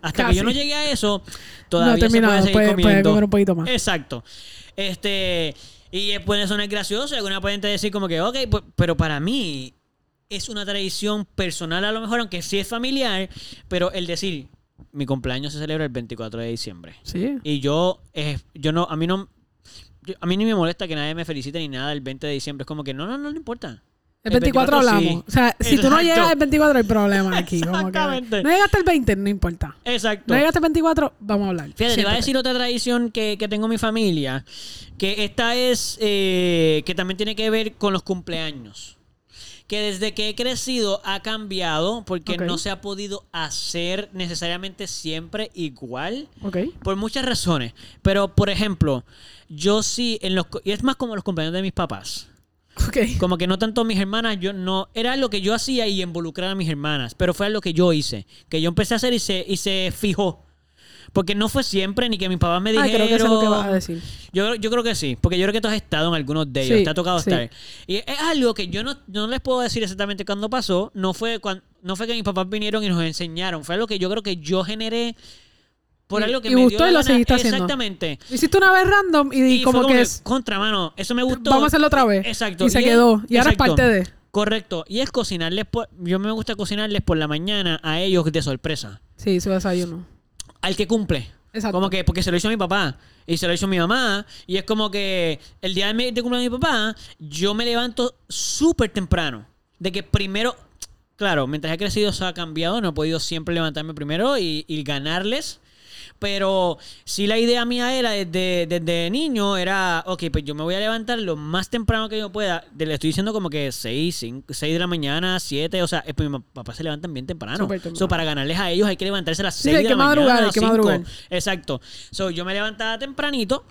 Hasta que yo no *laughs* Casi. llegue a eso, No he todavía se puede terminado, seguir puede- puede comiendo. comer un poquito más. Exacto. Este, y eh, puede sonar gracioso, y alguna pueden decir como que, ok, pues, pero para mí es una tradición personal a lo mejor, aunque sí es familiar, pero el decir, mi cumpleaños se celebra el 24 de diciembre. Sí. Y yo, eh, yo no, a mí no, yo- a mí ni me molesta que nadie me felicite ni nada el 20 de diciembre. Es como que no, no, no, no importa. El 24 hablamos. sí. O sea, si tú no Exacto. llegas el 24 *laughs* hay problema aquí. como que- Exactamente. no llegaste el 20, no importa. Exacto. No llegaste el 24, vamos a hablar. Fíjate, te voy a Siéntate. decir otra tradición que, que tengo en mi familia, que esta es, eh, que también tiene que ver con los cumpleaños. Que desde que he crecido ha cambiado porque Ok. no se ha podido hacer necesariamente siempre igual. Ok. *laughs* Por muchas razones. Pero, por ejemplo, yo sí, en los, cu- y es más como los cumpleaños de mis papás. Ok. Como que no tanto mis hermanas, yo no. Era lo que yo hacía y involucrar a mis hermanas. Pero fue lo que yo hice. Que yo empecé a hacer y se, y se fijó. Porque no fue siempre ni que mis papás me Ah, dijeron. creo que sé lo que vas a decir. Yo, yo creo que sí, porque yo creo que tú has estado en algunos de ellos, Sí, te ha tocado sí. estar. Y es algo que yo no, no les puedo decir exactamente cuándo pasó, no fue, cuan- no fue que mis papás vinieron y nos enseñaron, fue algo que yo creo que yo generé por Y- algo que y me gustó dio la y lo gana. seguiste haciendo. Exactamente. Lo hiciste una vez random y, Y, fue como, que es. contra mano, eso me gustó. Vamos a hacerlo otra vez. Exacto. Y se quedó. Y ahora es exacto. parte de. Correcto. Y es cocinarles por, yo me gusta cocinarles por la mañana a ellos de sorpresa. Sí, su desayuno. Al que cumple. Exacto. Como que, porque se lo hizo mi papá y se lo hizo mi mamá. Y es como que el día de, mi, de cumpleaños de mi papá, yo me levanto súper temprano. De que primero, claro, mientras he crecido se ha cambiado, no he podido siempre levantarme primero y, y ganarles. Pero sí la idea mía era desde, desde niño, era, ok, pues yo me voy a levantar lo más temprano que yo pueda. De- Le estoy diciendo como que 6, 6 de la mañana, 7, o sea, es- pues, mis papás se levantan bien temprano. Súper temprano. So, para ganarles a ellos hay que levantarse a las Sí, 6 hay de que la mañana, madrugar, hay que cinco. madrugar. Exacto. So, yo me levantaba tempranito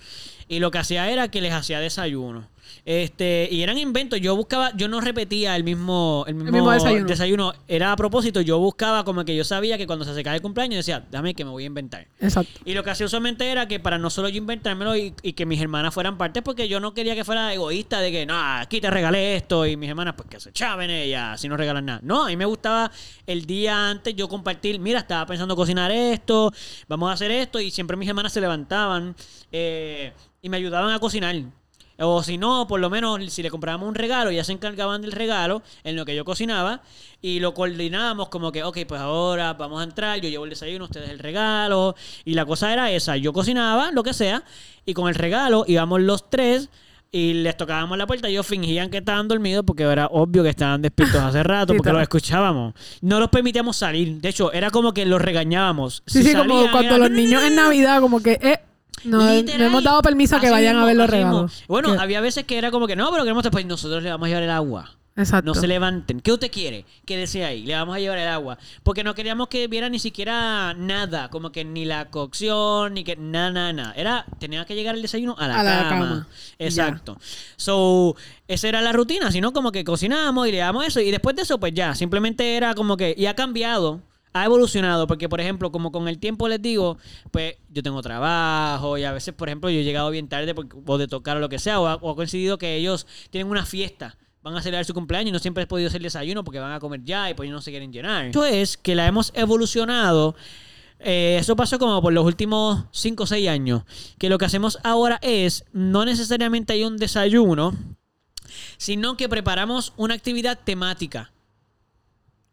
y lo que hacía era que les hacía desayuno. Este, y eran inventos. Yo buscaba, yo no repetía el mismo, el mismo, mismo desayuno. Era a propósito, yo buscaba como que yo sabía que cuando se acercaba el cumpleaños, yo decía, dame que me voy a inventar. Exacto. Y lo que hacía usualmente era que para no solo yo inventármelo y, y que mis hermanas fueran parte, porque yo no quería que fuera egoísta de que, no, aquí te regalé esto y mis hermanas, pues que se chaven ellas, si no regalan nada. No, a mí me gustaba el día antes yo compartir, mira, estaba pensando cocinar esto, vamos a hacer esto, y siempre mis hermanas se levantaban eh, y me ayudaban a cocinar. O si no, por lo menos si le comprábamos un regalo, ya se encargaban del regalo en lo que yo cocinaba y lo coordinábamos como que, ok, pues ahora vamos a entrar, yo llevo el desayuno, ustedes el regalo. Y la cosa era esa, yo cocinaba lo que sea y con el regalo íbamos los tres y les tocábamos la puerta. Ellos fingían que estaban dormidos porque era obvio que estaban despiertos hace rato *laughs* Sí, porque tal. los escuchábamos. No los permitíamos salir, de hecho, era como que los regañábamos. Sí, Si sí, como salían, cuando era, los "No, no, no, *laughs* niños en Navidad, como que, eh, no, Literal. no hemos dado permiso a que Así vayan mismo, a ver los así mismo. regalos. Bueno, Que- había veces que era como que no, pero queremos después. Nosotros le vamos a llevar el agua. exacto. No se levanten. ¿Qué usted quiere? Quédese ahí. Le vamos a llevar el agua. Porque no queríamos que viera ni siquiera nada. Como que ni la cocción, ni que nada, nada, nada. Era, tenía que llegar el desayuno a la, A cama. la cama. Exacto. So, esa era la rutina. Sino como que cocinábamos y le damos eso. Y después de eso, pues ya. Simplemente era como que. Y ha cambiado. Ha evolucionado. Porque, por ejemplo, como con el tiempo les digo, pues yo tengo trabajo. Y a veces, por ejemplo, yo he llegado bien tarde porque, o de tocar o lo que sea. O ha, o ha coincidido que ellos tienen una fiesta van a celebrar su cumpleaños y no siempre he podido hacer desayuno porque van a comer ya y pues no se quieren llenar. Eso es que la hemos evolucionado. eh, eso pasó como por los últimos 5 o 6 años. Que lo que hacemos ahora es, no necesariamente hay un desayuno, sino que preparamos una actividad temática.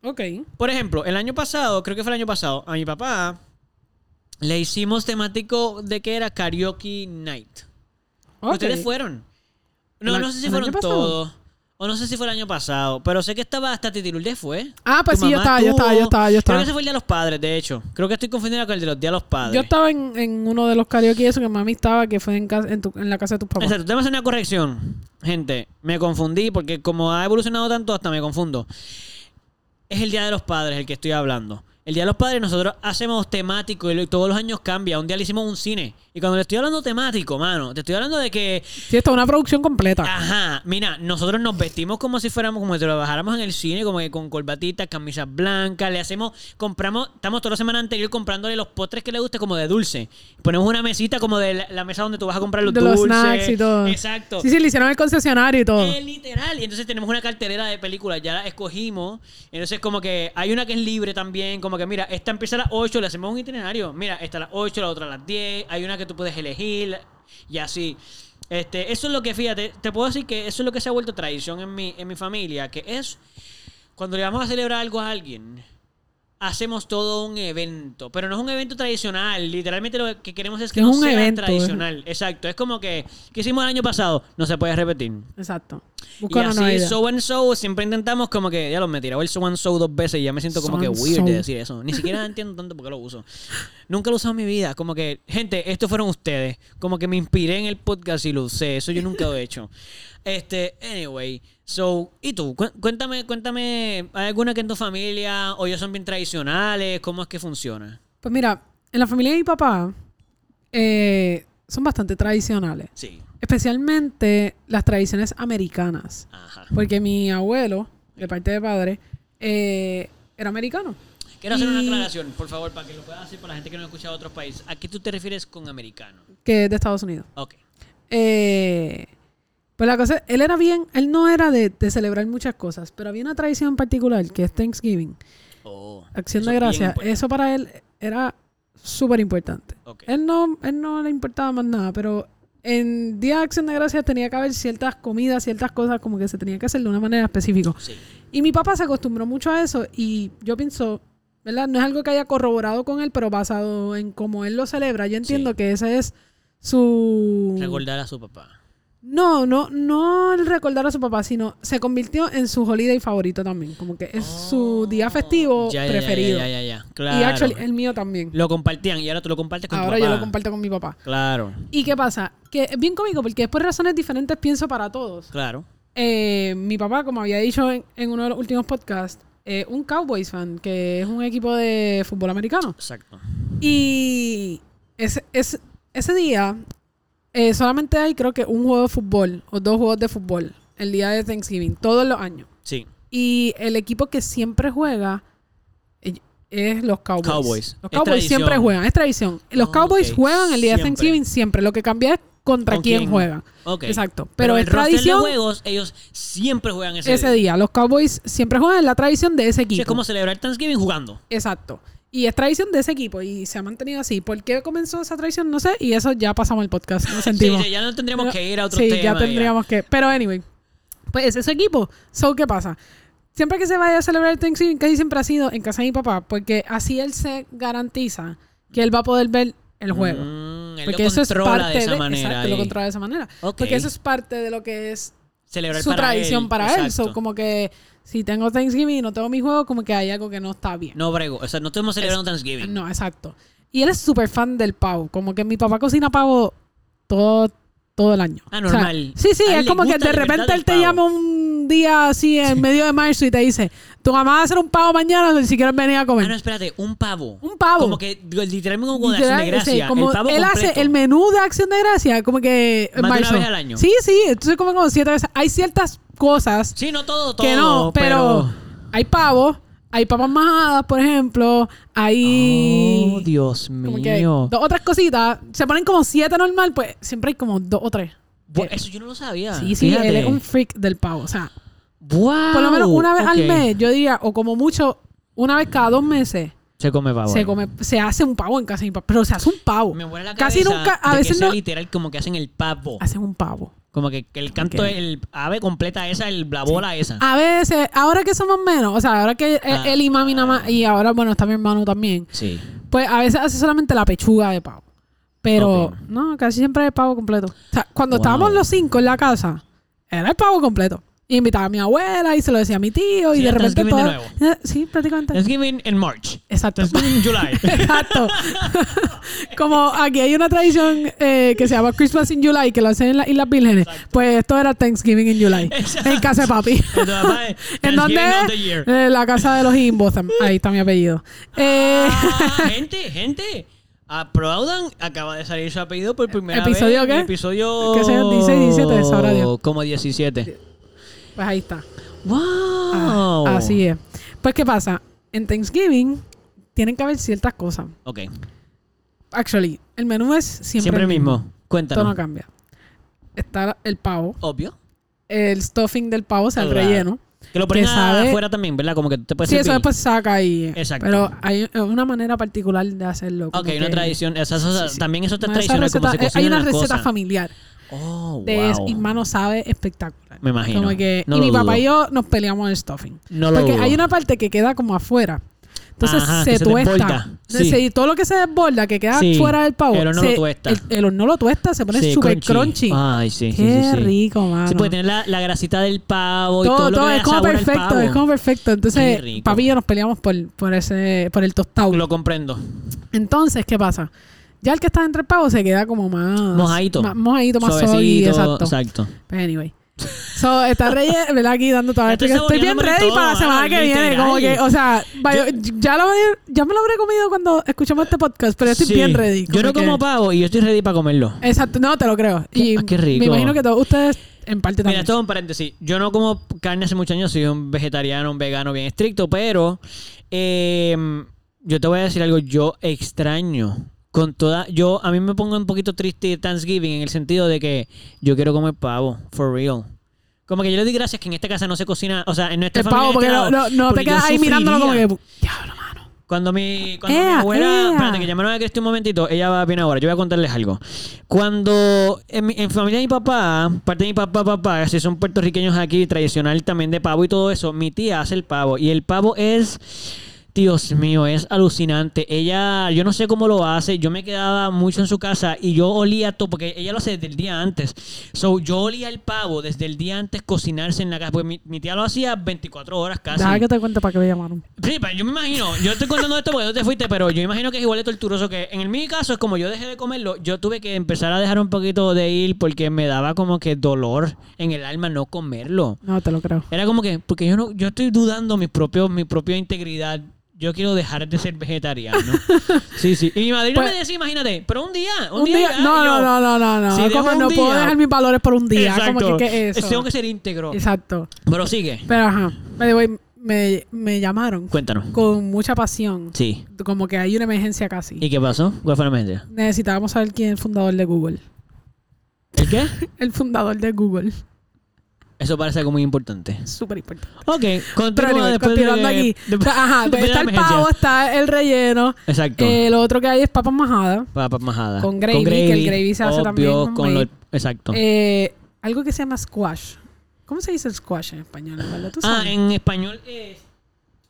Ok. Por ejemplo, el año pasado, creo que fue el año pasado, a mi papá le hicimos temático de que era karaoke night. ok. Ustedes fueron. No, ¿El a- no sé si el fueron año pasado? todos. O no sé si fue el año pasado. Pero sé que estaba hasta Titi Lourdes fue. Ah, pues Tu sí, yo mamá, estaba, yo tú. estaba, yo estaba, yo Creo estaba. que ese fue el Día de los Padres, de hecho. Creo que estoy confundiendo con el de los Días de los Padres. Yo estaba en, en uno de los karaoke eso que mami estaba, que fue en, casa, en, tu- en la casa de tus papás. Exacto, tenemos una corrección. Gente, me confundí porque como ha evolucionado tanto, hasta me confundo. Es el Día de los Padres el que estoy hablando. El Día de los Padres nosotros hacemos temático y lo- todos los años cambia. Un día le hicimos un cine. Y cuando le estoy hablando temático, mano, te estoy hablando de que Sí, esto es una producción completa. Ajá, mira, nosotros nos vestimos como si fuéramos, como si trabajáramos en el cine, como que con corbatitas, camisas blancas, le hacemos, compramos, estamos toda la semana anterior comprándole los postres que le guste como de dulce. Ponemos una mesita como de la, la mesa donde tú vas a comprar los de dulces. los snacks y todo. Exacto. Sí, sí, le hicieron el concesionario y todo. Eh, literal. Y entonces tenemos una cartelera de películas, ya la escogimos. Entonces, como que hay una que es libre también. Como que, mira, esta empieza a las 8, le hacemos un itinerario. Mira, esta a las 8, la otra a las 10. Hay una que tú puedes elegir y así. Este, eso es lo que, fíjate, te puedo decir que eso es lo que se ha vuelto tradición en mi, en mi familia, que es cuando le vamos a celebrar algo a alguien, hacemos todo un evento, pero no es un evento tradicional, literalmente lo que queremos es que Es no un sea evento, es- tradicional, exacto, es como que, que hicimos el año pasado, no se puede repetir. Exacto. Y Busca una así, novedad. so and so, siempre intentamos como que, ya lo me he tirado el so and so dos veces y ya me siento como So que and weird de so. decir eso. Ni siquiera entiendo tanto por qué lo uso. Nunca lo he usado en mi vida. Como que, gente, estos fueron ustedes. Como que me inspiré en el podcast y lo usé. Eso yo nunca lo he hecho. Este, anyway. So, ¿y tú? Cu- Cuéntame, cuéntame, ¿hay alguna que en tu familia o ellos son bien tradicionales? ¿Cómo es que funciona? Pues mira, en la familia de mi papá eh, son bastante tradicionales. Sí. Especialmente las tradiciones americanas. Ajá. Porque mi abuelo, de parte de padre, eh, era americano. Quiero hacer una Y- aclaración, por favor, para que lo puedas decir para la gente que no escucha de otros países. ¿A qué tú te refieres con americano? que es de Estados Unidos. Ok. Eh, pues la cosa, es- él era bien, él no era de, de celebrar muchas cosas, pero había una tradición en particular que es Thanksgiving, Oh, acción eso de es bien gracias. importante. Eso para él era súper importante. Ok. Él no, él no le importaba más nada, pero en Día de Acción de Gracias tenía que haber ciertas comidas, ciertas cosas como que se tenía que hacer de una manera específica. Sí. Y mi papá se acostumbró mucho a eso y yo pienso, ¿verdad? No es algo que haya corroborado con él, pero basado en cómo él lo celebra, yo entiendo Sí. que ese es su... Recordar a su papá. No, no, no el recordar a su papá, sino se convirtió en su holiday favorito también. Como que es su día festivo Oh. Ya, ya, preferido. Ya, ya, ya, ya. Y Claro. actually, el mío también. Lo compartían y ahora tú lo compartes con Ahora tu papá. yo lo comparto con mi papá. Claro, ¿Y qué pasa? Que es bien cómico porque es por razones diferentes pienso para todos. claro. Eh, mi papá, como había dicho en, en uno de los últimos podcasts, es un Cowboys fan, que es un equipo de fútbol americano. Exacto. Y ese, ese, ese día eh, solamente hay creo que un juego de fútbol o dos juegos de fútbol el día de Thanksgiving, todos los años. Sí. Y el equipo que siempre juega eh, es los Cowboys. Cowboys. Los Es Cowboys tradición. siempre juegan, es tradición. Los Ok, Cowboys juegan el día siempre. de Thanksgiving siempre. Lo que cambia es contra ¿Con quién, quién? juegan. Ok. Exacto. Pero, el es roster tradición de juegos, ellos siempre juegan ese, ese día. Los Cowboys siempre juegan es la tradición de ese O sea, equipo. es como celebrar Thanksgiving jugando. Exacto. Y es tradición de ese equipo y se ha mantenido así. ¿Por qué comenzó esa tradición? No sé. Y eso ya pasamos el podcast. *laughs* Lo Sí, sentimos. sí, ya no tendríamos Pero- que ir a otro sí, tema. ya tendríamos que. Pero anyway, pues ese es su equipo. So, ¿qué pasa? Siempre que se vaya a celebrar el Thanksgiving, casi siempre ha sido en casa de mi papá, porque así él se garantiza que él va a poder ver el juego. Mm, él porque lo eso es controla parte de esa manera. Exacto, lo ahí. controla de esa manera. Ok. Porque eso es parte de lo que es Celebrar su para tradición él. para él. So, exacto. como que si tengo Thanksgiving y no tengo mi juego, como que hay algo que no está bien. No brego. O sea, no estamos celebrando Thanksgiving. No, exacto. Y él es súper fan del pavo. Como que mi papá cocina pavo todo, todo el año. Ah, O sea, normal. sí, sí, A él es le como que gusta de de verdad repente el él te pavo. llama un día así en medio de marzo y te dice, tu mamá va a hacer un pavo mañana si quieres venir a Ah, no, comer. espérate. Un pavo. Un pavo. Como que literalmente como de acción Literal, de gracia. sí, como el pavo él hace completo. el menú de Acción de Gracia, como que Más de en una marzo. vez al año. Sí, sí, entonces como, como siete veces. Hay ciertas cosas Sí, no todo, todo. que no, pero, hay pavos, hay papas majadas, por ejemplo, hay... Oh, Dios Como que mío. dos otras cositas. Se ponen como siete normal, pues siempre hay como dos o tres. Bu- eso yo no lo sabía. eh, Sí, sí, Ah, Fíjate. él es un freak del pavo. O sea, Wow, por lo menos una vez ok. al mes, yo diría, o como mucho, una vez cada dos meses, Se come pavo. se come, se hace un pavo en casa de mi papá. Pero se hace un pavo. Me vuela la Casi cabeza nunca, a de que veces sea no, literal como que hacen el pavo. hacen un pavo. Como que, que el canto, Ok. Ah. el ave completa esa, el, la bola esa. A veces, ahora que somos menos, o sea, ahora que eh, Ah. él y mami nada más, y ahora, bueno, está mi hermano también, Sí. pues a veces hace solamente la pechuga de pavo. Pero Ok. no, casi siempre es pavo completo. O sea, cuando Wow. estábamos los cinco en la casa, era el pavo completo. Y invitaba a mi abuela y se lo decía a mi tío Sí, y de el repente Thanksgiving de todo... Eh, Sí, prácticamente. Thanksgiving en March. Exacto. Thanksgiving en *laughs* July. Exacto. Como aquí hay una tradición eh, que se llama Christmas in July, que lo hacen en las Islas Vírgenes, pues esto era Thanksgiving in July, en casa de papi. Entonces, papá, ¿En *laughs* Thanksgiving dónde? of the year. *laughs* Eh, la casa de los Imbos. Ahí está mi apellido. Eh, Ah, gente, gente. Aplaudan, acaba de salir su apellido por primera ¿Episodio vez. qué? Episodio ¿Qué sea? 16, 17, sabrá Dios. Como 17. Pues ahí está. ¡Wow! Ah, Así es. Pues, ¿qué pasa? En Thanksgiving tienen que haber ciertas cosas. Ok. Actually, el menú es siempre, Siempre el mismo. mismo. Esto no Cuéntanos. cambia. Está el pavo, Obvio. el stuffing del pavo, o sea, el Claro. relleno. Que lo ponen Que sabe- afuera también, ¿verdad? Como que tú te puedes Sí, eso servir. después se saca y... Exacto. Pero hay una manera particular de hacerlo. como Ok, una que- tradición. Esa, esa- Sí, sí. También eso está No, esa tradicional, como se receta- eh, cocinan hay una las receta cosas. familiar Oh, de eso, y wow. mano sabe espectacular. Me imagino. Como que, No y lo mi papá dudo. y yo nos peleamos el stuffing. No lo Porque dudo. hay una parte que queda como afuera. Entonces Ajá, que se se tuesta. desborda. Se- Sí. se- todo lo que se desborda, que queda Sí, fuera del pavo. el horno se- lo tuesta. El, el horno lo tuesta, se pone Sí, súper crunchy. Ay, sí, sí, Qué sí, sí. rico, mano. Sí, puede tener la, la grasita del pavo y todo, todo, lo todo, que le es da como sabor al perfecto, pavo. es como perfecto. Qué Entonces, rico. papi y yo nos peleamos por, por ese, por el tostado. Lo comprendo. Entonces, ¿qué pasa? Ya el que está entre el pavo se queda como más... Mojadito. Más, mojadito, más Suavecito, soggy, exacto. Exacto. Pues anyway. So, está *laughs* relleno, ¿verdad? Aquí dando toda la Estoy explicación. Estoy bien saboreándome ready todo, para la semana mano, que viene. literal. Como que, o sea, vaya, ya, lo, habré- ya me lo habré comido cuando escuchamos este podcast, pero yo estoy Sí. bien ready. Yo no que- Este como pavo y yo estoy ready para comerlo. Exacto, no, te lo creo. Y Qué- qué rico. me imagino que todos ustedes, en parte Mira, también. esto es un paréntesis. Yo no como carne hace muchos años, soy un vegetariano, un vegano bien estricto, pero eh, yo te voy a decir algo, yo extraño. Con toda, yo a mí me pongo un poquito triste Thanksgiving en el sentido de que yo quiero comer pavo, for real. Como que yo le di gracias que en esta casa no se cocina, o sea, en nuestra el pavo, porque familia no, de no, este no lado, te porque quedas yo ahí mirándolo como sufriría. que... Diablo, mano. Cuando mi, cuando mi Ea, abuela. ea. Espérate, que llamaron a Cristi un momentito. Ella va bien ahora. Yo voy a contarles algo. Cuando en, mi- en familia de mi papá, parte de mi papá, papá, si son puertorriqueños aquí, tradicional también de pavo y todo eso, mi tía hace el pavo. Y el pavo es. Dios mío, es alucinante. Ella, yo no sé cómo lo hace. Yo me quedaba mucho en su casa y yo olía todo, porque ella lo hace desde el día antes. So, yo olía el pavo desde el día antes cocinarse en la casa. Porque mi, mi tía lo hacía 24 horas casi. Deja que te cuente para que me llamaron. Sí, pero yo me imagino, yo estoy contando esto porque tú te fuiste, pero yo imagino que es igual de torturoso que en el mi caso es como yo dejé de comerlo, yo tuve que empezar a dejar un poquito de ir porque me daba como que dolor en el alma no comerlo. No, te lo creo. Era como que, porque yo no, yo estoy dudando mi propio, mi propia integridad. Yo quiero dejar de ser *laughs* vegetariano. Sí, sí. Y mi madrina Pues- me decía, imagínate, pero un día, un, Un día, ya, no, y yo, no, no, no, no, no. si dejo como un no puedo día- dejar mis valores por un día. Como Exacto. que, ¿qué es eso? Tengo que ser íntegro. Exacto. Pero sigue. Pero ajá, by the way, me, me llamaron Cuéntanos. con mucha pasión. Sí. Como que hay una emergencia casi. ¿Y qué pasó? ¿Cuál fue la emergencia? Necesitábamos saber quién es el fundador de Google. *laughs* ¿El qué? El fundador de Google. Eso parece algo muy importante. Súper importante. Ok, Pero continúa anyway, después continuando de- aquí. de- Ajá, después de está la el emergencia. pavo, está el relleno. Exacto. Eh, lo otro que hay es papas majadas. Papas majadas. con gravy, que el gravy se hace también Con lo, homemade. exacto. Eh, algo que se llama squash. ¿Cómo se dice el squash en español? Osvaldo? ¿Tú ah, sabes? en español es...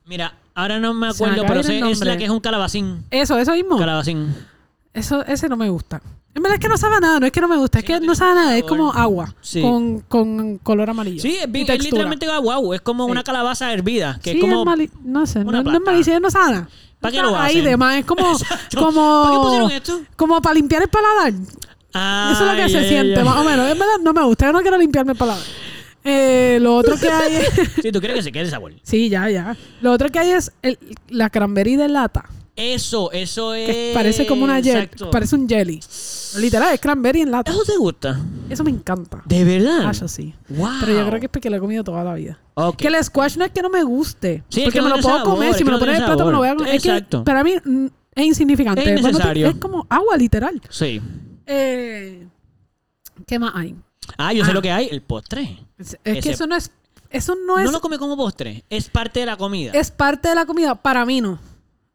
Mira, ahora no me Se me acuerdo, acaba pero de ir el sé- es nombre. la que es un calabacín. Eso, eso mismo. Calabacín. Eso, ese no me gusta. En verdad es que no sabe a nada, no es que no me gusta, es que no sabe a nada, es como agua Sí. con, con color amarillo. Sí, es, y bien- es textura. literalmente guau. Es como Sí. una calabaza hervida. Que Sí, es como... *laughs* mali- no sé, no, una no es plata. malicia, no sabe nada. ¿Para qué Está lo Ahí hacen? de más, es como, *laughs* Exacto. como, ¿Para qué pusieron esto? como para limpiar el paladar. Eso es lo que Ay, se ay, ay, siente, ay. más o menos. En verdad no me gusta, yo no quiero limpiarme el paladar. Eh, lo otro que hay es... *laughs* Sí, tú quieres que se quede el sabor. sí, ya, ya. Lo otro que hay es el- la cranberry de lata. Eso, eso es... Que parece como una jelly, Eh, Exacto. parece un jelly. Literal, es cranberry en lata. ¿Eso te gusta? Eso me encanta. ¿De verdad? Ah, yo sí. Wow. Pero yo creo que es porque lo he comido toda la vida. Ok. Que el squash no es que no me guste. Sí, es porque que me no lo puedo tiene sabor, comer. es Si me que lo no ponen en el tiene plato, me lo voy a sabor. comer. Es que Exacto. para mí mm, es insignificante. Es Bueno, tú- innecesario. es como agua, literal. Sí. Eh, ¿Qué más hay? Ah, yo sé Ah. lo que hay, el postre. Es, es Ese- que eso no es... Eso no No es... lo come como postre, es parte de la comida. es parte de la comida. Para mí no.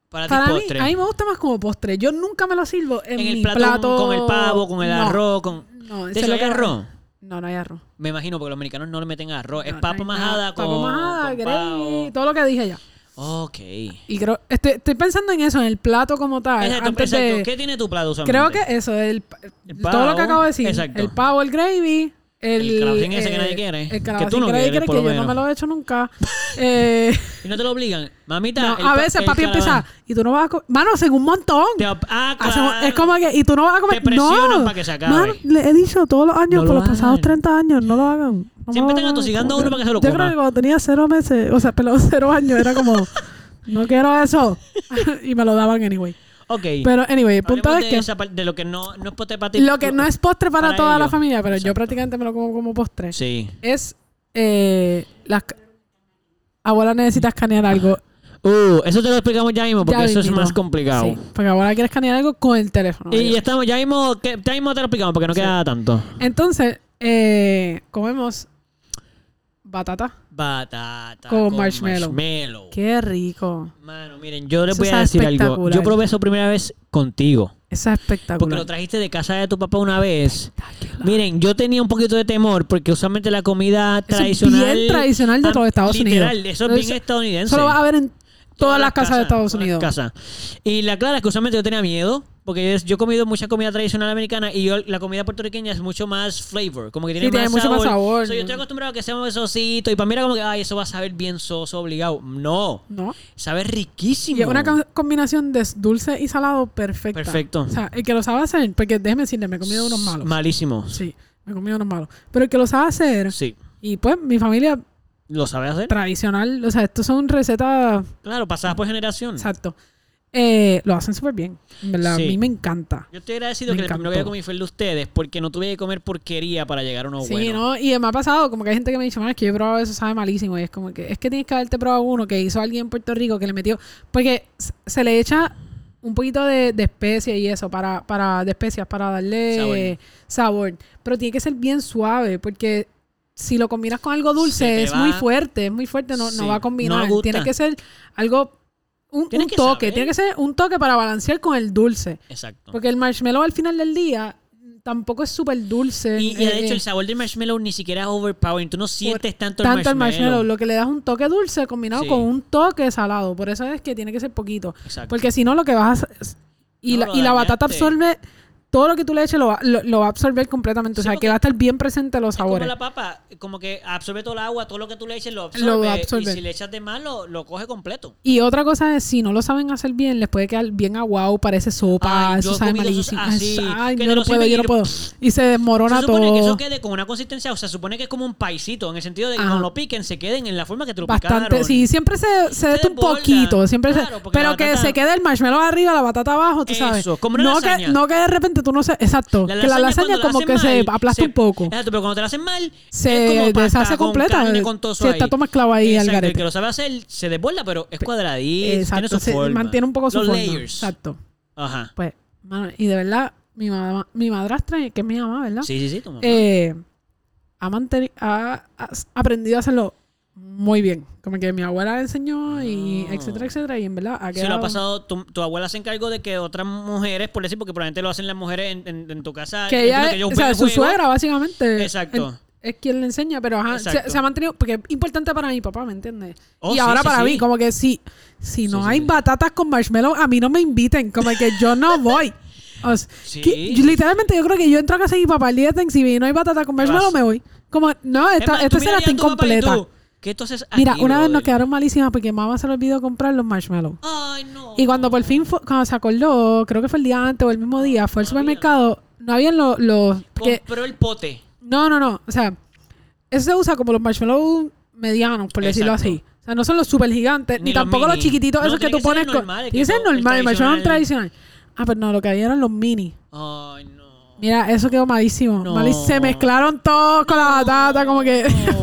para ti Para mí, postre. a mí me gusta más como postre. Yo nunca me lo sirvo en, en el mi plato, plato, con el pavo, con el No, arroz, con No, ¿De eso es lo que arroz. No, no hay arroz. Me imagino porque los americanos no le meten arroz, es No, papa no hay nada. majada con Papa majada, con gravy, pavo. todo lo que dije ya. Ok. Y creo, estoy, estoy pensando en eso, en el plato como tal. Exacto, antes exacto. de- ¿Qué tiene tu plato usualmente? creo que eso, el, El todo pavo, lo que acabo de decir. exacto. El pavo, el gravy. El, El calabacín ese que eh, nadie quiere, que El tú calabacín no que nadie quieres, quiere, por que lo yo no me menos. lo he *laughs* hecho nunca. Eh, Y no te lo obligan. Mamita, no, el a pa- veces el papi calabacín. empieza, y tú no vas a comer. Mano, según un montón. Te op- ah, Hace un- claro. es como que, y tú no vas a comer. Te presionan no. para que se acabe. Mano, le he dicho todos los años, No por lo los pasados hagan. 30 años, no lo hagan. Siempre No me lo están hagan. atosigando a Como uno para que se lo Yo coma. creo que cuando tenía cero *laughs* meses, o sea, pelado cero años, era como, no quiero eso. y me lo daban anyway. Ok. Pero, anyway, el punto Hablemos es de, que esa parte, de lo que no, no es pote para ti. lo que no es postre para, para toda la ellos. familia, pero yo Exacto. prácticamente me lo como como postre, Sí. es eh, las... ca- Abuela necesita escanear algo. Uh, eso te lo explicamos ya mismo porque Ya eso mismito. es más complicado. Sí, porque abuela quiere escanear algo con el teléfono. Y ¿verdad? estamos, ya mismo, que- ya mismo te lo explicamos porque no Sí. queda tanto. Entonces, eh, comemos batata. Batata. Con marshmallow. marshmallow. Qué rico. Mano, miren, yo les Eso voy a sabe decir algo. Yo espectacular. probé eso primera vez contigo. Eso es Porque lo espectacular. trajiste de casa de tu papá una vez. Miren, yo tenía un poquito de temor porque usualmente la comida Eso es tradicional. bien tradicional de Ah, todos Estados literal, Unidos. Eso es bien Eso- estadounidense. Eso lo vas a ver en todas, las casas, de Estados todas las Unidos. casas. Y la clara es que usualmente yo tenía miedo. Porque es- yo he comido mucha comida tradicional americana y yo- la comida puertorriqueña es mucho más flavor. Como que tiene, Sí, tiene más mucho sabor. más sabor. So, yo estoy acostumbrado a que sea un sosito y para mí era como que, ay, eso va a saber bien soso, obligado. No, ¿No? sabe Y riquísimo. es una ca- combinación de dulce y salado perfecta. Perfecto. O sea, el que lo sabe hacer, porque déjeme decirle, me he comido unos malos. Malísimo. Sí, me he comido unos malos. Pero el que lo sabe hacer, Sí. y pues mi familia ¿Lo sabes hacer? tradicional, o sea, estos son recetas, Claro, pasadas por generación. exacto, eh, lo hacen súper bien. En ¿verdad? Sí. A mí me encanta. Yo estoy agradecido Me que el primero que yo encantó. comí fue el de ustedes, porque no tuve que comer porquería para llegar a uno sí, bueno. ¿no? Y me ha pasado, como que hay gente que me dice, "Man, es que yo he probado eso, sabe malísimo. Y es como que, es que tienes que haberte probado uno que hizo alguien en Puerto Rico que le metió. Porque s- se le echa un poquito de, de especia y eso, para, para, de especias, para darle Sabor. sabor. Pero tiene que ser bien suave, porque si lo combinas con algo Se te dulce, es va- muy fuerte, es muy fuerte, no, Sí, no va no a combinar. gusta. tiene que ser algo, un, Tiene un que toque, saber. tiene que ser un toque para balancear con el dulce. Exacto. Porque el marshmallow al final del día tampoco es súper dulce. Y, y eh, de hecho, eh el sabor del marshmallow ni siquiera es overpowering. Tú no sientes tanto, tanto el marshmallow. lo que le das un toque dulce combinado Sí. con un toque salado. Por eso es que tiene que ser poquito. Exacto. Porque si no, lo que vas a hacer. es- Y, No, la, lo y la batata dañaste. absorbe. Todo lo que tú le eches lo va, lo- lo va a absorber completamente. o Sí, sea, porque- que va a estar bien presente los es como sabores. la papa, como que absorbe todo el agua, todo lo que tú le eches lo absorbe. Lo absorbe. Y si le echas de más, lo, lo coge completo. Y otra cosa es, si no lo saben hacer bien, les puede quedar bien aguado, parece Ay, sopa, yo eso he sabe comido esos malísimo. así, Ay, que yo te no lo puedo, sirven y yo no lo- puedo. Y se Se desmorona supone que eso todo. quede con una consistencia, o sea, se supone que es como un paisito, en el sentido de que Ajá. cuando lo piquen, se queden en la forma que te lo Bastante, picaron. sí, siempre se, se dete un desborda. poquito, siempre se- Claro, porque la pero que batata- se quede el marshmallow arriba, la batata abajo, tú sabes. Eso, como una no, lasaña. que, no que de repente tú no se, exacto, que la lasaña cuando como hacen que se mal, aplasta se- un poco. Exacto, pero cuando te la hacen mal, Se es como pasta Eh, deshace con completa, carne, con todo eso si ahí. está todo mezclado ahí al Exacto, garete. El que lo sabe hacer se desborda, pero es cuadradito, tiene Exacto, su se forma. mantiene un poco su Los forma. layers. Exacto. Ajá. Pues, mano, y de verdad, mi mamá, mi madrastra, que es mi mamá, ¿verdad? Sí, sí, sí. tu mamá. Eh, ha, manteni- ha- ha s- aprendido a hacerlo muy bien. Como que mi abuela le enseñó y Ah. etcétera, etcétera. Y en verdad ha si quedado... lo ha pasado, tu, tu abuela se encargó de que otras mujeres, por decir, porque probablemente lo hacen las mujeres en, en- en tu casa. que yo ella, entiendo es- ellos o ven sea, el su juego. suegra básicamente. Exacto. en- es quien le enseña, pero ajá, se, Exacto. se ha mantenido, porque es importante para mi papá, ¿me entiendes? Oh, y sí, ahora sí, para sí. mí, como que si, si no Sí, sí, hay sí. batatas con marshmallow, a mí no me inviten, como que *laughs* yo no voy. O sea, Sí. que- yo- literalmente yo creo que yo entro a casa de mi papá el día de Thanksgiving y no hay batata con marshmallow, vas. me voy. Como, no, Es esta, más, esta tú cena miras está a tu papá y incompleta. tú, ¿Qué entonces Mira, aquí, una vez nos brother? quedaron malísimas porque mamá se le olvidó comprar los marshmallows. Ay, no. Y cuando por fin fue- cuando se acordó, creo que fue el día antes o el mismo día, fue al No había. supermercado, no habían los... los porque- Compró el pote. no, no, no. O sea, eso se usa como los marshmallows medianos, por decirlo Exacto. así. O sea, no son los super gigantes, Ni ni, los tampoco los mini. chiquititos, No, esos que tiene tú que ser el pones con... normal, el que Tiene que ser son- el el normal, el marshmallow tradicional. tradicional. Ah, pero no, lo que había eran los mini. Ay, *laughs* no. Mira, eso quedó malísimo. No. Malí- Se mezclaron todos con la batata, como que... *laughs*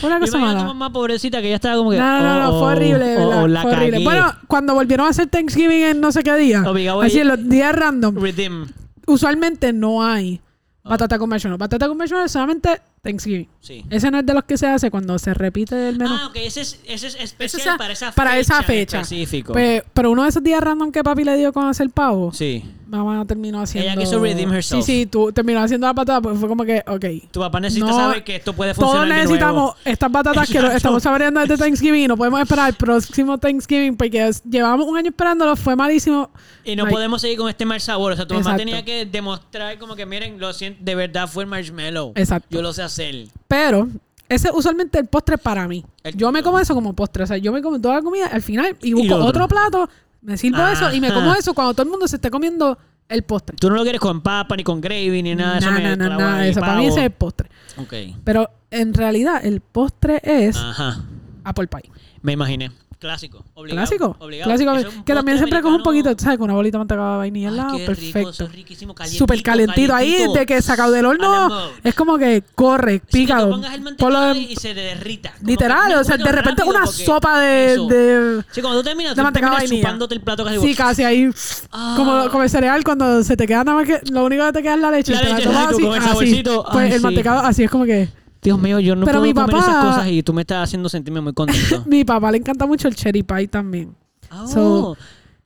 fue una Yo imagino a tu cosa mala. mamá pobrecita que ya estaba como que. No, no, no, oh, fue horrible, de oh, ¿verdad? oh, la fue horrible. cagué. Bueno, cuando volvieron a hacer Thanksgiving en no sé qué día, Obligado a así ir- en los días random, Redeem. usualmente no hay Ah. batata con marshmallow. Batata con marshmallow es solamente Thanksgiving. Sí. Ese no es de los que se hace cuando se repite el menú. Ah, ok, ese es, ese es Ese especial es a- para esa fecha. para esa en fecha. Específico. Pe- pero uno de esos días random que papi le dio con hacer pavo, sí. mamá terminó haciendo... quiso redeem herself. Sí, sí, tú terminó haciendo la batata, pues fue como que, ok, Tu papá necesita No, saber que esto puede funcionar. Todos de necesitamos nuevo. estas batatas que lo- Exacto. estamos saboreando desde Thanksgiving y no podemos esperar el próximo Thanksgiving porque es- llevamos un año esperándolo, fue malísimo. Y no Ay, podemos seguir con este mal sabor. O sea, tu mamá Exacto. tenía que demostrar como que, miren, lo siento, de verdad fue el marshmallow. Exacto. Yo lo sé hacer. Pero ese es usualmente el postre para mí. El yo me tuyo. como eso como postre, o sea, yo me como toda la comida al final y busco lo otro. otro. plato, me sirvo eso y me Ajá. como eso cuando todo el mundo se esté comiendo el postre. Tú no lo quieres con papa, ni con gravy, ni nada de eso. Nah, me nah, nah, clavo nah, ahí, eso. Para mí pavo. ese es el postre. Ok. Pero en realidad el postre es Ajá. apple pie. Me imaginé. Clásico. Obligado. Clásico. obligado. Clásico. Eso es un que también postre siempre coge un americano. poquito, ¿sabes? Con una bolita de manteca de vainilla al lado. Ay, qué rico, eso Perfecto. es riquísimo, calientito, Súper calentito ahí, calientito. de que sacado del A la horno. mode. Es como que corre, Sí, pica. que tú pongas el ponlo mantecado en- y se le derrita. Como literal, que- o sea, de repente rápido, una porque- sopa de. eso. de- Sí, cuando tú terminas, de tú manteca de terminas vainilla. chupándote el plato casi. Sí, casi ahí. Ah. Como, como el cereal, cuando se te queda nada más que. Lo único que te queda es la leche. La y te leche, tomas sí, tú con el así. saborcito. Pues Ay, el sí. mantecado, así es como que. Dios mío, yo no Pero puedo mi comer esas papá- cosas y tú me estás haciendo sentirme muy *laughs* contento. Mi papá le encanta mucho el cherry pie también. Ah, So-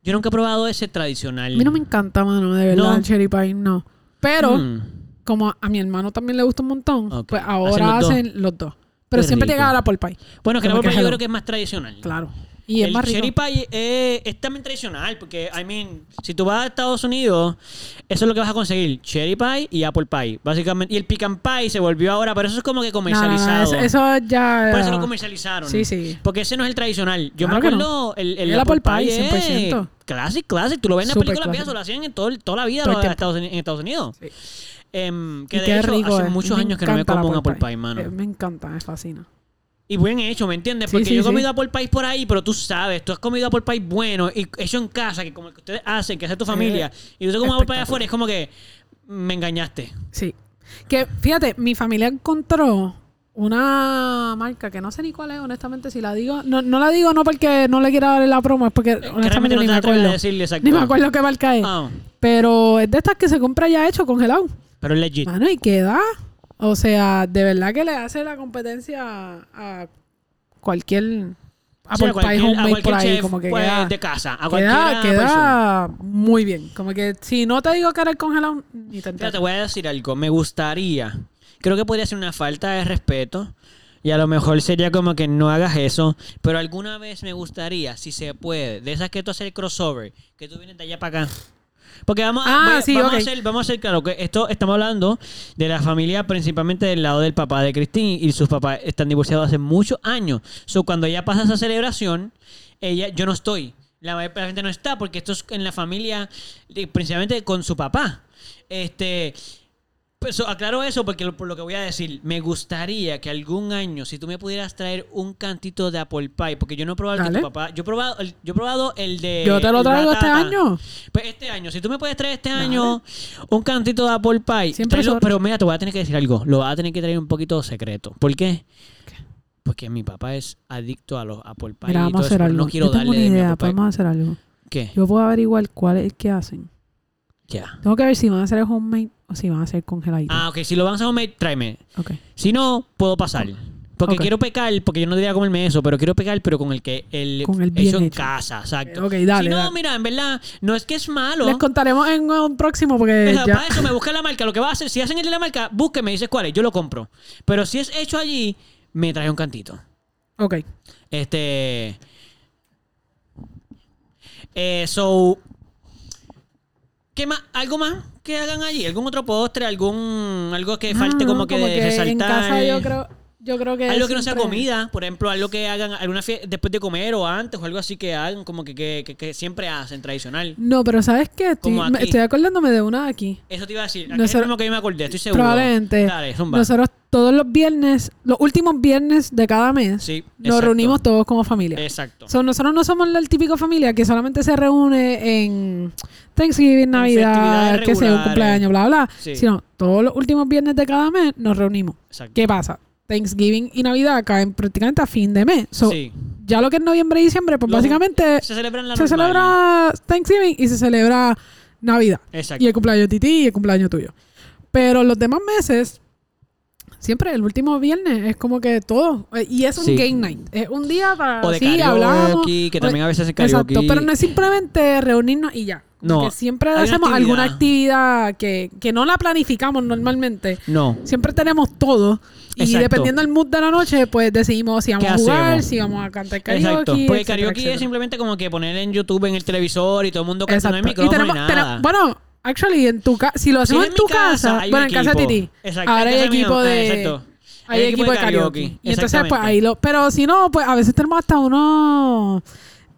yo nunca he probado ese tradicional. A mí no me encanta, mano, de verdad, No. el cherry pie, no. Pero, Mm. como a, a mi hermano también le gusta un montón, Ok. pues ahora Hacen los dos. hacen los dos. Pero Qué siempre rico. te gana la por pie. Bueno, que Como no, que pero yo hello. creo que es más tradicional. Claro. Y es el más rico. cherry pie eh, es también tradicional, porque, I mean, si tú vas a Estados Unidos, eso es lo que vas a conseguir, cherry pie y apple pie, básicamente. Y el pecan pie se volvió ahora, pero eso es como que No, no, no, comercializado. eso, eso ya. Por eso lo comercializaron. Sí, sí. Porque ese no es el tradicional. Yo Claro me que no. acuerdo el, el, El apple pie, es 100%. Classic, classic. Tú lo ves en las Súper películas viejas, classic. lo hacían en todo, el- toda la vida Todo el lo- en, tiempo. Estados, Uni- en Estados Unidos. Sí. Em, que Y de qué hecho, rico. hace es. muchos Me años que no me encanta la como un apple pie, mano. Eh, me encanta, me fascina. Y buen hecho, ¿me entiendes? Sí, Porque sí, yo he sí. comido apple pie por ahí, pero tú sabes, tú has comido apple pie bueno y hecho en casa, que como el que ustedes hacen, que hace tu familia, y tú te comes apple pie afuera, es como que me engañaste. Sí. Que fíjate, mi familia encontró una marca que no sé ni cuál es, honestamente, si la digo. No, no la digo no porque no le quiera dar la promo, es porque Créeme honestamente que no ni te me atreves a acuerdo. decirle exacto. Ni me acuerdo qué marca es. Ah, Pero es de estas que se compra ya hecho, congelado. pero es legit. Mano, y queda. O sea, de verdad que le hace la competencia a, a cualquier. A Sí, por país homemade por ahí, chef, como que pues, queda, de casa, a cualquiera pues, queda, persona. queda muy bien. Como que si no te digo que era el congelado, ni te Mira, enteras. te voy a decir algo. Me gustaría. Creo que podría ser una falta de respeto. Y a lo mejor sería como que no hagas eso. Pero alguna vez me gustaría, si se puede, de esas que tú haces el crossover, que tú vienes de allá para acá. Porque vamos, a, Ah, voy a- sí, vamos ok. a hacer, vamos a hacer claro que esto estamos hablando de la familia principalmente del lado del papá de Cristín y sus papás están divorciados hace muchos años. So, cuando ella pasa esa celebración, ella, yo no estoy. La mayor parte de la gente no está porque esto es en la familia, eh, principalmente con su papá. Este, pues, so, aclaro eso porque lo- por lo que voy a decir, me gustaría que algún año, si tú me pudieras traer un cantito de apple pie, porque yo no he probado el que Dale. tu papá, yo he probado, el- yo he probado el de... Yo te lo el traigo este batata. año. Pues este año, si tú me puedes traer este año un cantito de apple pie, Siempre tráelo, sobra. pero mira, te voy a tener que decir algo, lo vas a tener que traer un poquito secreto. ¿Por qué? Porque mi papá es adicto a los apple pie. Mira, y vamos todo a hacer eso, pero algo. No quiero Yo tengo darle una de mi idea, apple pie. podemos hacer algo. ¿Qué? Yo puedo averiguar cuál es que hacen. Ya. Tengo que ver si van a hacer el homemade o si van a hacer congeladito. Ah, ok, si lo van a hacer homemade, tráeme. Ok. Si no, puedo pasar. Porque Ok. quiero pecar, porque yo no diría comerme eso, pero quiero pecar, pero con el que el, Con el bien hecho en hecho. casa, exacto. Ok, dale, si no, dale. mira, en verdad, no es que es malo. Les contaremos en un próximo porque O sea, ya. Para eso me busca la marca. Lo que va a hacer, si hacen el de la marca, búsqueme, dices cuál es, yo lo compro. Pero si es hecho allí, me trae un cantito. Ok. Este. Eh, so. ¿Qué más? ¿Algo más que hagan allí? ¿Algún otro postre? ¿Algún. algo que falte Ah, como que, de resaltar? En casa yo creo, yo creo que. Algo que no sea siempre- comida, por ejemplo, algo que hagan alguna fie- después de comer o antes o algo así que hagan, como que, que, que- que siempre hacen tradicional. No, pero ¿sabes qué? Estoy, Como me- aquí. estoy acordándome de una de aquí. Eso te iba a decir. Aquí es Nosotros- lo mismo que yo me acordé, estoy seguro. Probablemente. Dale, zumba. Nosotros todos los viernes, los últimos viernes de cada mes, Sí, nos exacto. reunimos todos como familia. Exacto. So, nosotros no somos la típica familia que solamente se reúne en Thanksgiving, Navidad, festividades que sea un regulares. cumpleaños, bla, bla. Sí. Sino todos los últimos viernes de cada mes nos reunimos. Exacto. ¿Qué pasa? Thanksgiving y Navidad caen prácticamente a fin de mes. So, Sí. Ya lo que es noviembre y diciembre, pues Lo- básicamente Se celebran la se normal. celebra Thanksgiving y se celebra Navidad. Exacto. Y el cumpleaños de Titi y el cumpleaños tuyo. Pero los demás meses, siempre el último viernes es como que todo. eh, Y es un Sí. game night. Es un día para O de sí, hablamos. karaoke, que O- también a veces hacen karaoke. Exacto, pero no es simplemente reunirnos y ya. Como No, que siempre hay una hacemos alguna actividad que, que no la planificamos normalmente. No. Siempre tenemos todo. Y Exacto. dependiendo del mood de la noche, pues decidimos si vamos ¿Qué a jugar, hacemos? si vamos a cantar karaoke. Exacto. Porque etcétera, karaoke etcétera. es simplemente como que poner en YouTube, en el televisor y todo el mundo cantando en el Exacto. micrófono y, tenemos, nada. tenemos- bueno, actually, en tu ca- si lo Si es hacemos en tu mi casa, hay un bueno, en casa de equipo. Titi, Exacto, ahora en hay casa mía, equipo ah, de, exacto. hay equipo de karaoke. Y entonces, pues exactamente. ahí lo, pero si no, pues a veces tenemos hasta unos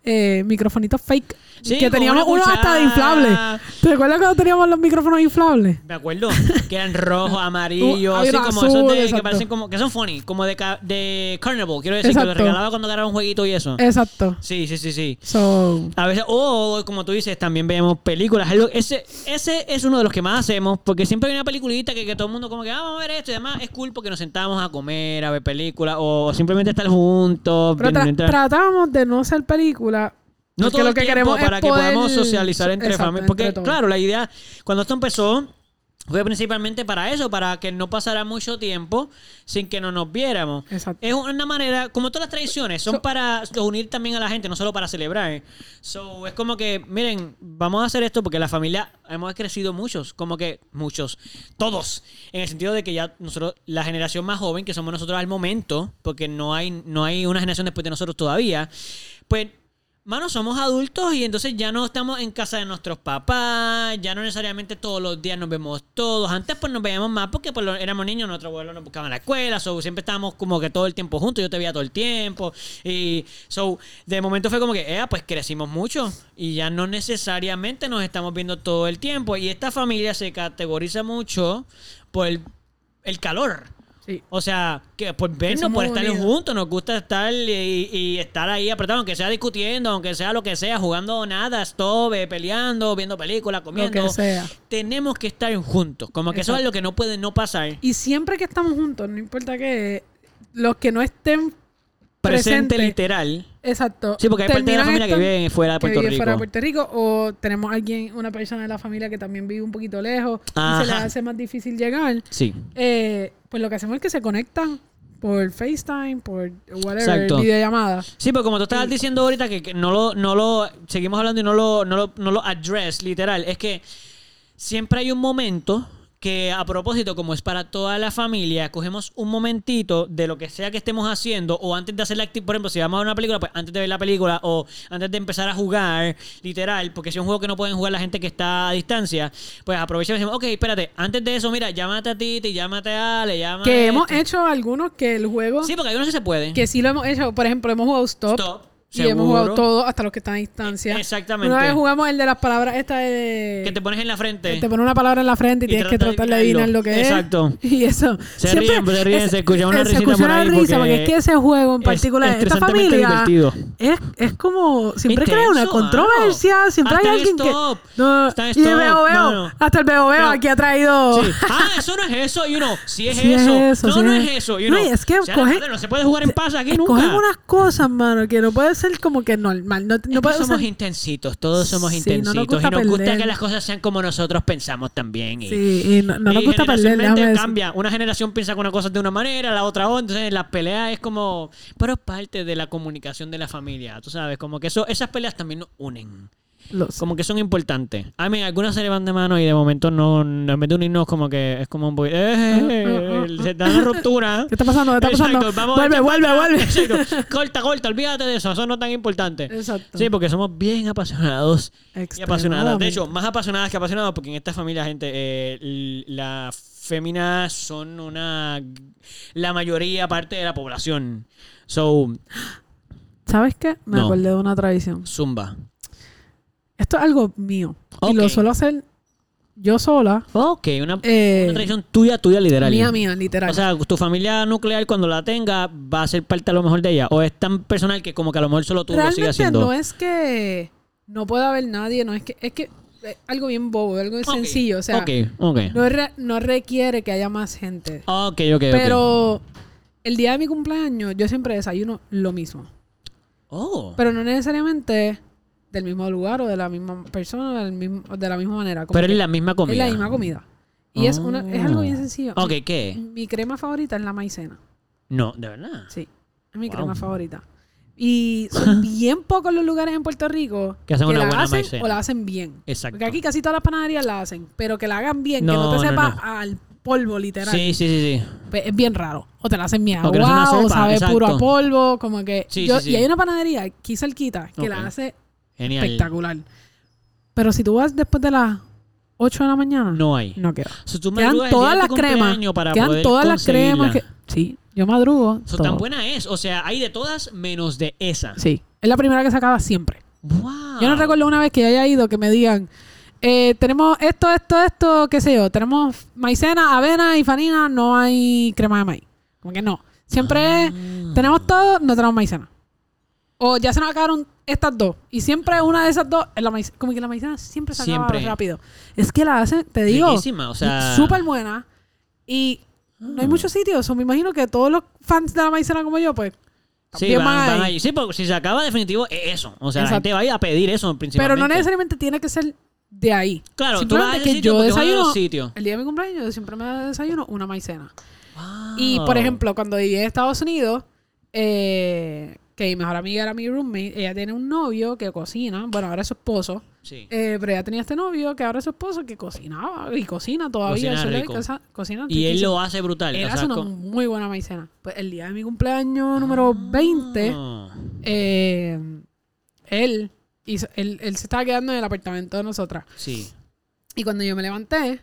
eh, microfonitos fake. Sí, pues, que con teníamos una uno hasta cuchara. de inflable. ¿Te acuerdas cuando teníamos los micrófonos inflables? Me acuerdo que eran rojo, amarillo, *laughs* Uh, así era como azul, esos de, que exacto. parecen como que son funny, como de, ca- de Carnival, quiero decir, que lo Exacto. Eh. regalaba cuando ganaba un jueguito y eso. Exacto. Sí, sí, sí, sí. So, A veces, o como tú dices, también vemos películas. Algo- Ese, ese es uno de los que más hacemos, porque siempre hay una peliculita que, que todo el mundo como que, ah, vamos a ver esto y demás. Es cool porque nos sentamos a comer, a ver películas, o simplemente estar juntos. pero tra- mientras- tratamos de no hacer película. no porque todo lo el que tiempo queremos es para que poder- podamos socializar entre Exacto, familias. Porque, entre todos. claro, la idea, cuando esto empezó, fue principalmente para eso, para que no pasara mucho tiempo sin que no nos viéramos. Exacto. Es una manera, como todas las tradiciones, son So- para unir también a la gente, no solo para celebrar. ¿eh? So, es como que, miren, vamos a hacer esto porque la familia hemos crecido muchos, como que muchos, todos, en el sentido de que ya nosotros, la generación más joven que somos nosotros al momento, porque no hay, no hay una generación después de nosotros todavía, pues Mano, somos adultos y entonces ya no estamos en casa de nuestros papás, ya no necesariamente todos los días nos vemos todos. Antes pues nos veíamos más porque pues, lo- éramos niños, nuestros abuelos nos buscaban en la escuela, so, siempre estábamos como que todo el tiempo juntos, yo te veía todo el tiempo. Y so, de momento fue como que, eh, pues crecimos mucho y ya no necesariamente nos estamos viendo todo el tiempo. Y esta familia se categoriza mucho por el, el calor. Sí. O sea, que por vernos, somos por estar unidos. juntos, nos gusta estar y, y estar ahí apretados, aunque sea discutiendo, aunque sea lo que sea, jugando nada, stop, eh, peleando, viendo películas, comiendo. que sea. Tenemos que estar juntos. Como que eso es Exacto. lo que no puede no pasar. Y siempre que estamos juntos, no importa que los que no estén Presente, Presente. literal. Exacto. Sí, porque hay parte de la terminan familia que estando- vive fuera de que Puerto vive Rico. fuera de Puerto Rico o tenemos alguien, una persona de la familia que también vive un poquito lejos y se le Ajá. hace más difícil llegar. Sí. Eh, pues lo que hacemos es que se conectan por FaceTime, por whatever, Exacto. videollamada. Sí, pero como tú estabas diciendo ahorita que, que no lo, no lo, seguimos hablando y no lo, no lo, no lo address, literal, es que siempre hay un momento que a propósito, como es para toda la familia, cogemos un momentito de lo que sea que estemos haciendo o antes de hacer la actividad, por ejemplo, si vamos a ver una película, pues antes de ver la película o antes de empezar a jugar, literal, porque si es un juego que no pueden jugar la gente que está a distancia, pues aprovechamos y decimos, ok, espérate, antes de eso, mira, llámate a Titi, llámate a Ale, llámate Que a hemos este". hecho algunos que el juego, Sí, porque hay unos que se pueden. que sí lo hemos hecho, por ejemplo, hemos jugado Stop. Stop, Y hemos jugado seguro. todos hasta los que están a distancia. Exactamente. Una vez jugamos el de las palabras, esta de. que te pones en la frente. te pone una palabra en la frente y, Y tienes que trata de tratar de adivinar adivinarlo. lo que Exacto. es. *laughs* Y eso. Se ríen, se ríen, se escucha una eh, risita escucha por una ahí porque risa, porque es que ese juego en es particular, esta estresantemente familia, divertido. es, es como, siempre Es crea una tenso, mano. controversia, siempre Hasta hay el alguien que... stop. No, Hasta el y stop. el veo, No, veo, no. hasta el veo, veo, No. aquí ha traído... Sí. Ah, eso no es eso, y uno. Sí es Oh. Sí es eso. eso, No, sí no es- es eso. y No, uno, y es que eh, o sea, cogen- madre, no se puede jugar en paz aquí nunca. Escogen unas cosas, mano, que no puede ser como que normal. No, no Es que puede somos ser- intensitos, todos somos Sí, intensitos. no nos gusta y nos gusta perder. que las cosas sean como nosotros pensamos también. Y, Sí, y no, no nos y gusta perder, generacionalmente déjame decir. cambia. Una generación piensa que una cosa es de una manera, la otra otra. Entonces, la pelea es como. Pero es parte de la comunicación de la familia. Tú sabes, como que eso, esas peleas también nos unen. Lo sé. Como que son importantes. A mí, algunas se le van de mano y de momento no. no, En vez de unirnos, como que es como un. poquito, eh, eh, eh, se da una ruptura. *laughs* ¿Qué está pasando? ¿Qué está pasando? Exacto, vamos a vuelve, echar vuelve, para vuelve. atrás. Exacto. Corta, corta, olvídate de eso. Eso no es tan importante. Exacto. Sí, porque somos bien apasionados y apasionadas. De Extremadamente. hecho, más apasionadas que apasionados, porque en esta familia, gente, eh, l- las féminas son una. la mayoría parte de la población. So, ¿Sabes qué? Me No. acordé de una tradición. zumba. Esto es algo mío. Ok. Y lo suelo hacer yo sola. Ok, una, Eh, una tradición tuya, tuya, literal. mía, mía, literal. O sea, tu familia nuclear, cuando la tenga, va a ser parte a lo mejor de ella. O es tan personal que, como que a lo mejor solo tú lo sigues Realmente haciendo. no es que no pueda haber nadie, no es que es que es algo bien bobo, algo Ok, sencillo, o sea, Ok, ok. no, re- no requiere que haya más gente. Ok, ok, ok. Pero el día de mi cumpleaños yo siempre desayuno lo mismo, Oh. Pero, pero no necesariamente del mismo lugar o de la misma persona o del mismo, o de la misma manera. como que es la misma comida. Ah. es la misma comida. Y es una es algo bien sencillo. Ok, ¿qué? Mi crema favorita es la maicena. No, de verdad. Sí, es mi Wow. crema favorita. Y *laughs* son bien pocos los lugares en Puerto Rico Que hacen una la buena hacen maicena. o la hacen bien. Exacto. Porque aquí casi todas las panaderías la hacen, pero que la hagan bien, que No, no te no, sepa no. al polvo literal. Sí, sí, sí, sí. Pues es bien raro. O te la hacen mía O que no es una agua, o sopa, sabe puro a exacto. polvo, como que... Sí, yo- sí, sí. Y hay una panadería aquí cerquita que Ok. la hace Genial. espectacular. Pero si tú vas después de las 8 de la mañana, No hay. no queda. So, tú Quedan madrugas el día todas de las tu cremas. este cumpleaños para Quedan poder todas las cremas. Que... conseguirla. Sí, yo madrugo. So, todo. tan buena es. O sea, hay de todas menos de esa. Sí, es la primera que se acaba siempre. Wow. Yo no recuerdo una vez que haya ido que me digan, eh, tenemos esto, esto, esto, qué sé yo, tenemos maicena, avena y farina, no hay crema de maíz. Como que no. Siempre es, Ah. tenemos todo, no tenemos maicena. O ya se nos acabaron estas dos. Y siempre una de esas dos es la maicena. Como que la maicena siempre se acaba Siempre. rápido. Es que la hacen, te digo, Riquísima, o sea- Ah. súper buena. Y no hay muchos sitios. O me imagino que todos los fans de la maicena como yo, pues, Sí, también van, van van ahí. allí. Sí, porque si se acaba definitivo, es eso. O sea, la Exacto. gente va a ir a pedir eso principalmente. Pero no necesariamente tiene que ser de ahí. Claro, tú Simplemente vas a ese sitio porque es uno de los sitios. El día de mi cumpleaños yo siempre me desayuno una maicena. Wow. Y por ejemplo, cuando viví en Estados Unidos, eh, que mi mejor amiga era mi roommate, ella tiene un novio que cocina, bueno, ahora es su esposo, Sí. eh, pero ella tenía este novio que ahora es su esposo que cocinaba y cocina todavía. Cocina eso le- rico. cosa- cocina y él riquísimo. lo hace brutal. Él o sea, hace una co- muy buena maicena. Pues el día de mi cumpleaños número 20, Ah. eh, él, hizo- él, él se estaba quedando en el apartamento de nosotras. Sí. Y cuando yo me levanté,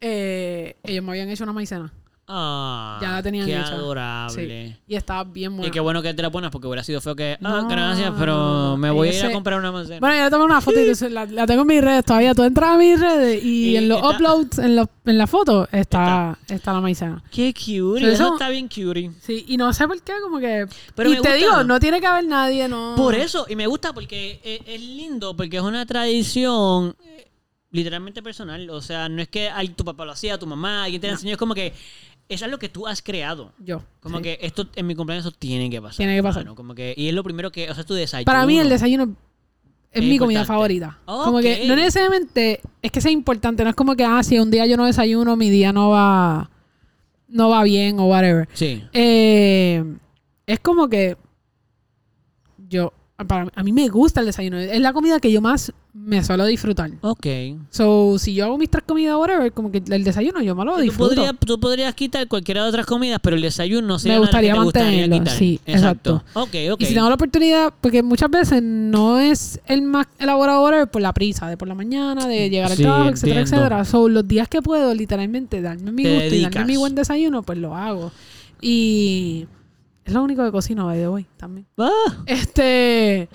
eh, ellos me habían hecho una maicena. Ah, Ya la tenían qué hecha. adorable. Sí, y estaba bien buena. Y qué bueno que te la pones porque hubiera sido feo que. Ah, No, gracias, pero me voy a ir a ese- comprar una manzana. Bueno, yo le tomé *laughs* una foto y entonces la, la tengo en mis redes todavía. Tú entras a mis redes y, Y en los está- uploads, en, los- en la foto, está, está. la maicena. Qué cutie. Pero Eso, eso- está bien cutie. Sí, y no sé por qué, como que... Pero y me te gusta. digo, no tiene que haber nadie, no... Por eso, y me gusta porque es, es lindo, porque es una tradición eh, literalmente personal. O sea, no es que al- tu papá lo hacía, tu mamá, alguien te lo enseñó, es como que es algo que tú has creado. Yo. Como sí. que esto en mi cumpleaños eso tiene que pasar. Tiene que pasar. hermano. Como que, y es lo primero que, o sea, es tu desayuno. Para mí el desayuno es Es mi comida importante. favorita. Como Ok. que no necesariamente es que sea importante, no es como que, ah, si un día yo no desayuno, mi día no va... No va bien o whatever. Sí. Eh, es como que yo, para, a mí me gusta el desayuno. Es la comida que yo más me suelo disfrutar. Ok. So, si yo hago mis tres comidas, whatever, como que el desayuno yo me lo Tú disfruto. podrías, tú podrías quitar cualquiera de otras comidas, pero el desayuno Me sería una de las gustaría que te gustaría mantenerlo, sí, Ok, ok. Y si tengo la oportunidad, porque muchas veces no es el más elaborado whatever, por la prisa, de por la mañana, de llegar al Mm, Sí, trabajo, etcétera, entiendo. etcétera. So, los días que puedo, literalmente, darme mi Te gusto y dedicas. darme mi buen desayuno, pues lo hago. Y es lo único que cocino, by the way, también. *laughs* Ah, Este.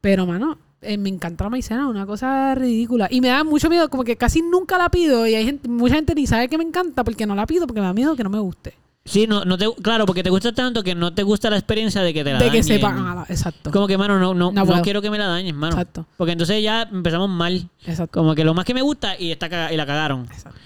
Pero, mano, eh, me encanta la maicena, una cosa ridícula. Y me da mucho miedo, como que casi nunca la pido. Y hay gente, mucha gente ni sabe que me encanta porque no la pido porque me da miedo que no me guste. sí, no, no te, claro, porque te gusta tanto que no te gusta la experiencia de que te la de que dañen. sepan. ah, exacto. Como que, mano, no, no, No no puedo. quiero que me la dañes, mano. Exacto. Porque entonces ya empezamos mal. Exacto. Como que lo más que me gusta y, está caga- y la cagaron. exacto.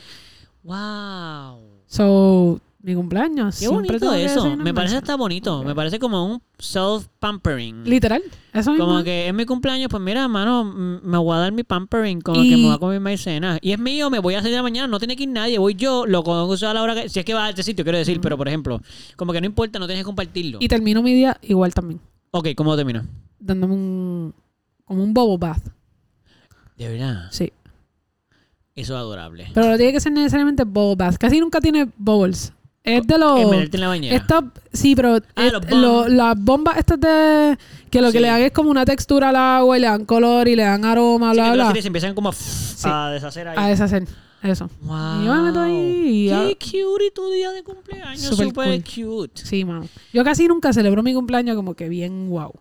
¡Wow! So, mi cumpleaños. Qué siempre bonito tengo que eso. desayunar Me parece maicena. hasta bonito. Me parece como un self-pampering. Literal. Eso mismo. Como que es mi cumpleaños, pues mira, mano, m- me voy a dar mi pampering. Como que me voy a Y- comer maicena. Y es mío, me voy a hacer de la mañana. No tiene que ir nadie. Voy yo, lo conozco a la hora que. Si es que va a este sitio, quiero decir. Pero por ejemplo, como que no importa, no tienes que compartirlo. Y termino mi día igual también. Ok, ¿cómo termino? Dándome un. Como un bobo bath. De verdad. Sí. Eso es adorable. Pero no tiene que ser necesariamente bobo bath. Casi nunca tiene bubbles. Es de los. Es meterte en la bañera. Esta- sí, pero Ah, es- los bomb. lo- las bombas estas de... Que lo Sí. que le dan es como una textura al agua y le dan color y le dan aroma, Sí, que bla, tú bla, las bla. tiras y empiezan como a, a deshacer ahí. A deshacer. Eso. Wow. Y yo me meto ahí y ya- Qué cute y tu día de cumpleaños. Super, Súper cute. Sí, mano. Yo casi nunca celebro mi cumpleaños como que bien wow.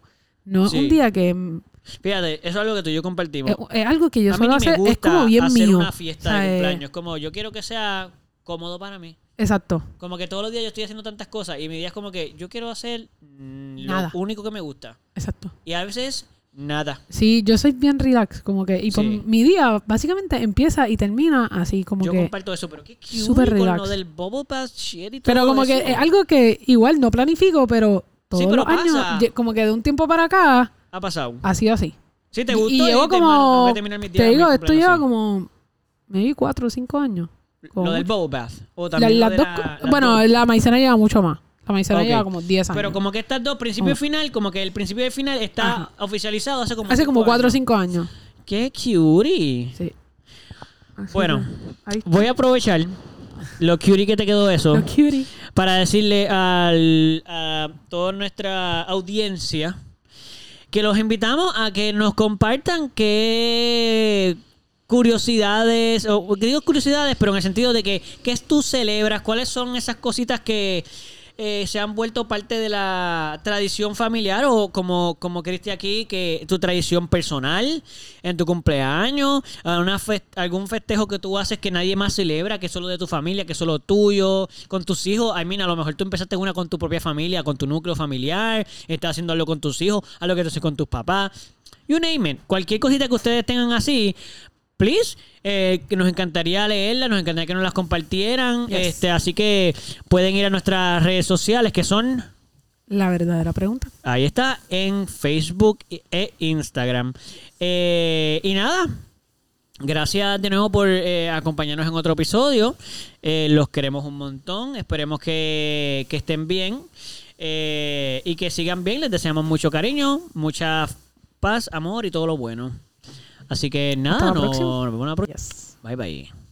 No es Sí. un día que... mm, Fíjate, eso es algo que tú y yo compartimos. Es, es Eh, algo que yo a mí suelo ni me hacer. gusta Es como bien hacer mío. una fiesta O sea, de eh, cumpleaños. Como yo quiero que sea cómodo para mí. Exacto. Como que todos los días yo estoy haciendo tantas cosas y mi día es como que yo quiero hacer mm, lo Nada. único que me gusta. Exacto. Y a veces nada. Sí, yo soy bien relax. Como que... Y pues Sí. mi día básicamente empieza y termina así como yo que... comparto eso, pero qué cute Súper con relax. lo del bobo pass shit y todo Pero como que eso. es algo que igual no planifico, pero todos pero los años, pasa. ye- como que de un tiempo para acá, ha pasado. ha sido así. Si te Y- gustó y llevo te- mano, tengo como, que terminar mis días, te digo, mis esto cumpleaños lleva así. como, maybe cuatro o cinco años. Como Lo del mucho. bobo bath. O La- también lo las de dos la- co- las bueno, dos. la maicena lleva mucho más. La maicena Ok. lleva como 10 años. Pero como que estas dos, principio y Oh. final, como que el principio y el final está Ajá. oficializado hace como... Ah. Hace como cinco cuatro o años. cinco años. ¡Qué cutie! Sí. Así Bueno, que, ahí está. Voy a aprovechar lo cutie que te quedó eso Lo cutie. para decirle al, a toda nuestra audiencia que los invitamos a que nos compartan qué curiosidades, o digo curiosidades, pero en el sentido de que, ¿qué tú celebras? ¿Cuáles son esas cositas que eh, se han vuelto parte de la tradición familiar o como, como Cristi aquí, que tu tradición personal, en tu cumpleaños, a una fes- algún festejo que tú haces que nadie más celebra, que es solo de tu familia, que es solo tuyo, con tus hijos? Ay, mira, a lo mejor tú empezaste una con tu propia familia, con tu núcleo familiar, estás haciendo algo con tus hijos, algo que tú haces con tus papás. You name it. Cualquier cosita que ustedes tengan así, please. eh, que nos encantaría leerla, nos encantaría que nos las compartieran. Yes. Este, así que pueden ir a nuestras redes sociales que son. La verdadera pregunta. Ahí está, en Facebook e Instagram. Eh, y nada. Gracias de nuevo por eh, acompañarnos en otro episodio. Eh, los queremos un montón. Esperemos que, que estén bien eh, y que sigan bien. Les deseamos mucho cariño, mucha paz, amor y todo lo bueno. Así que nada, la nos, próxima. nos vemos en la próxima. Yes. Bye bye.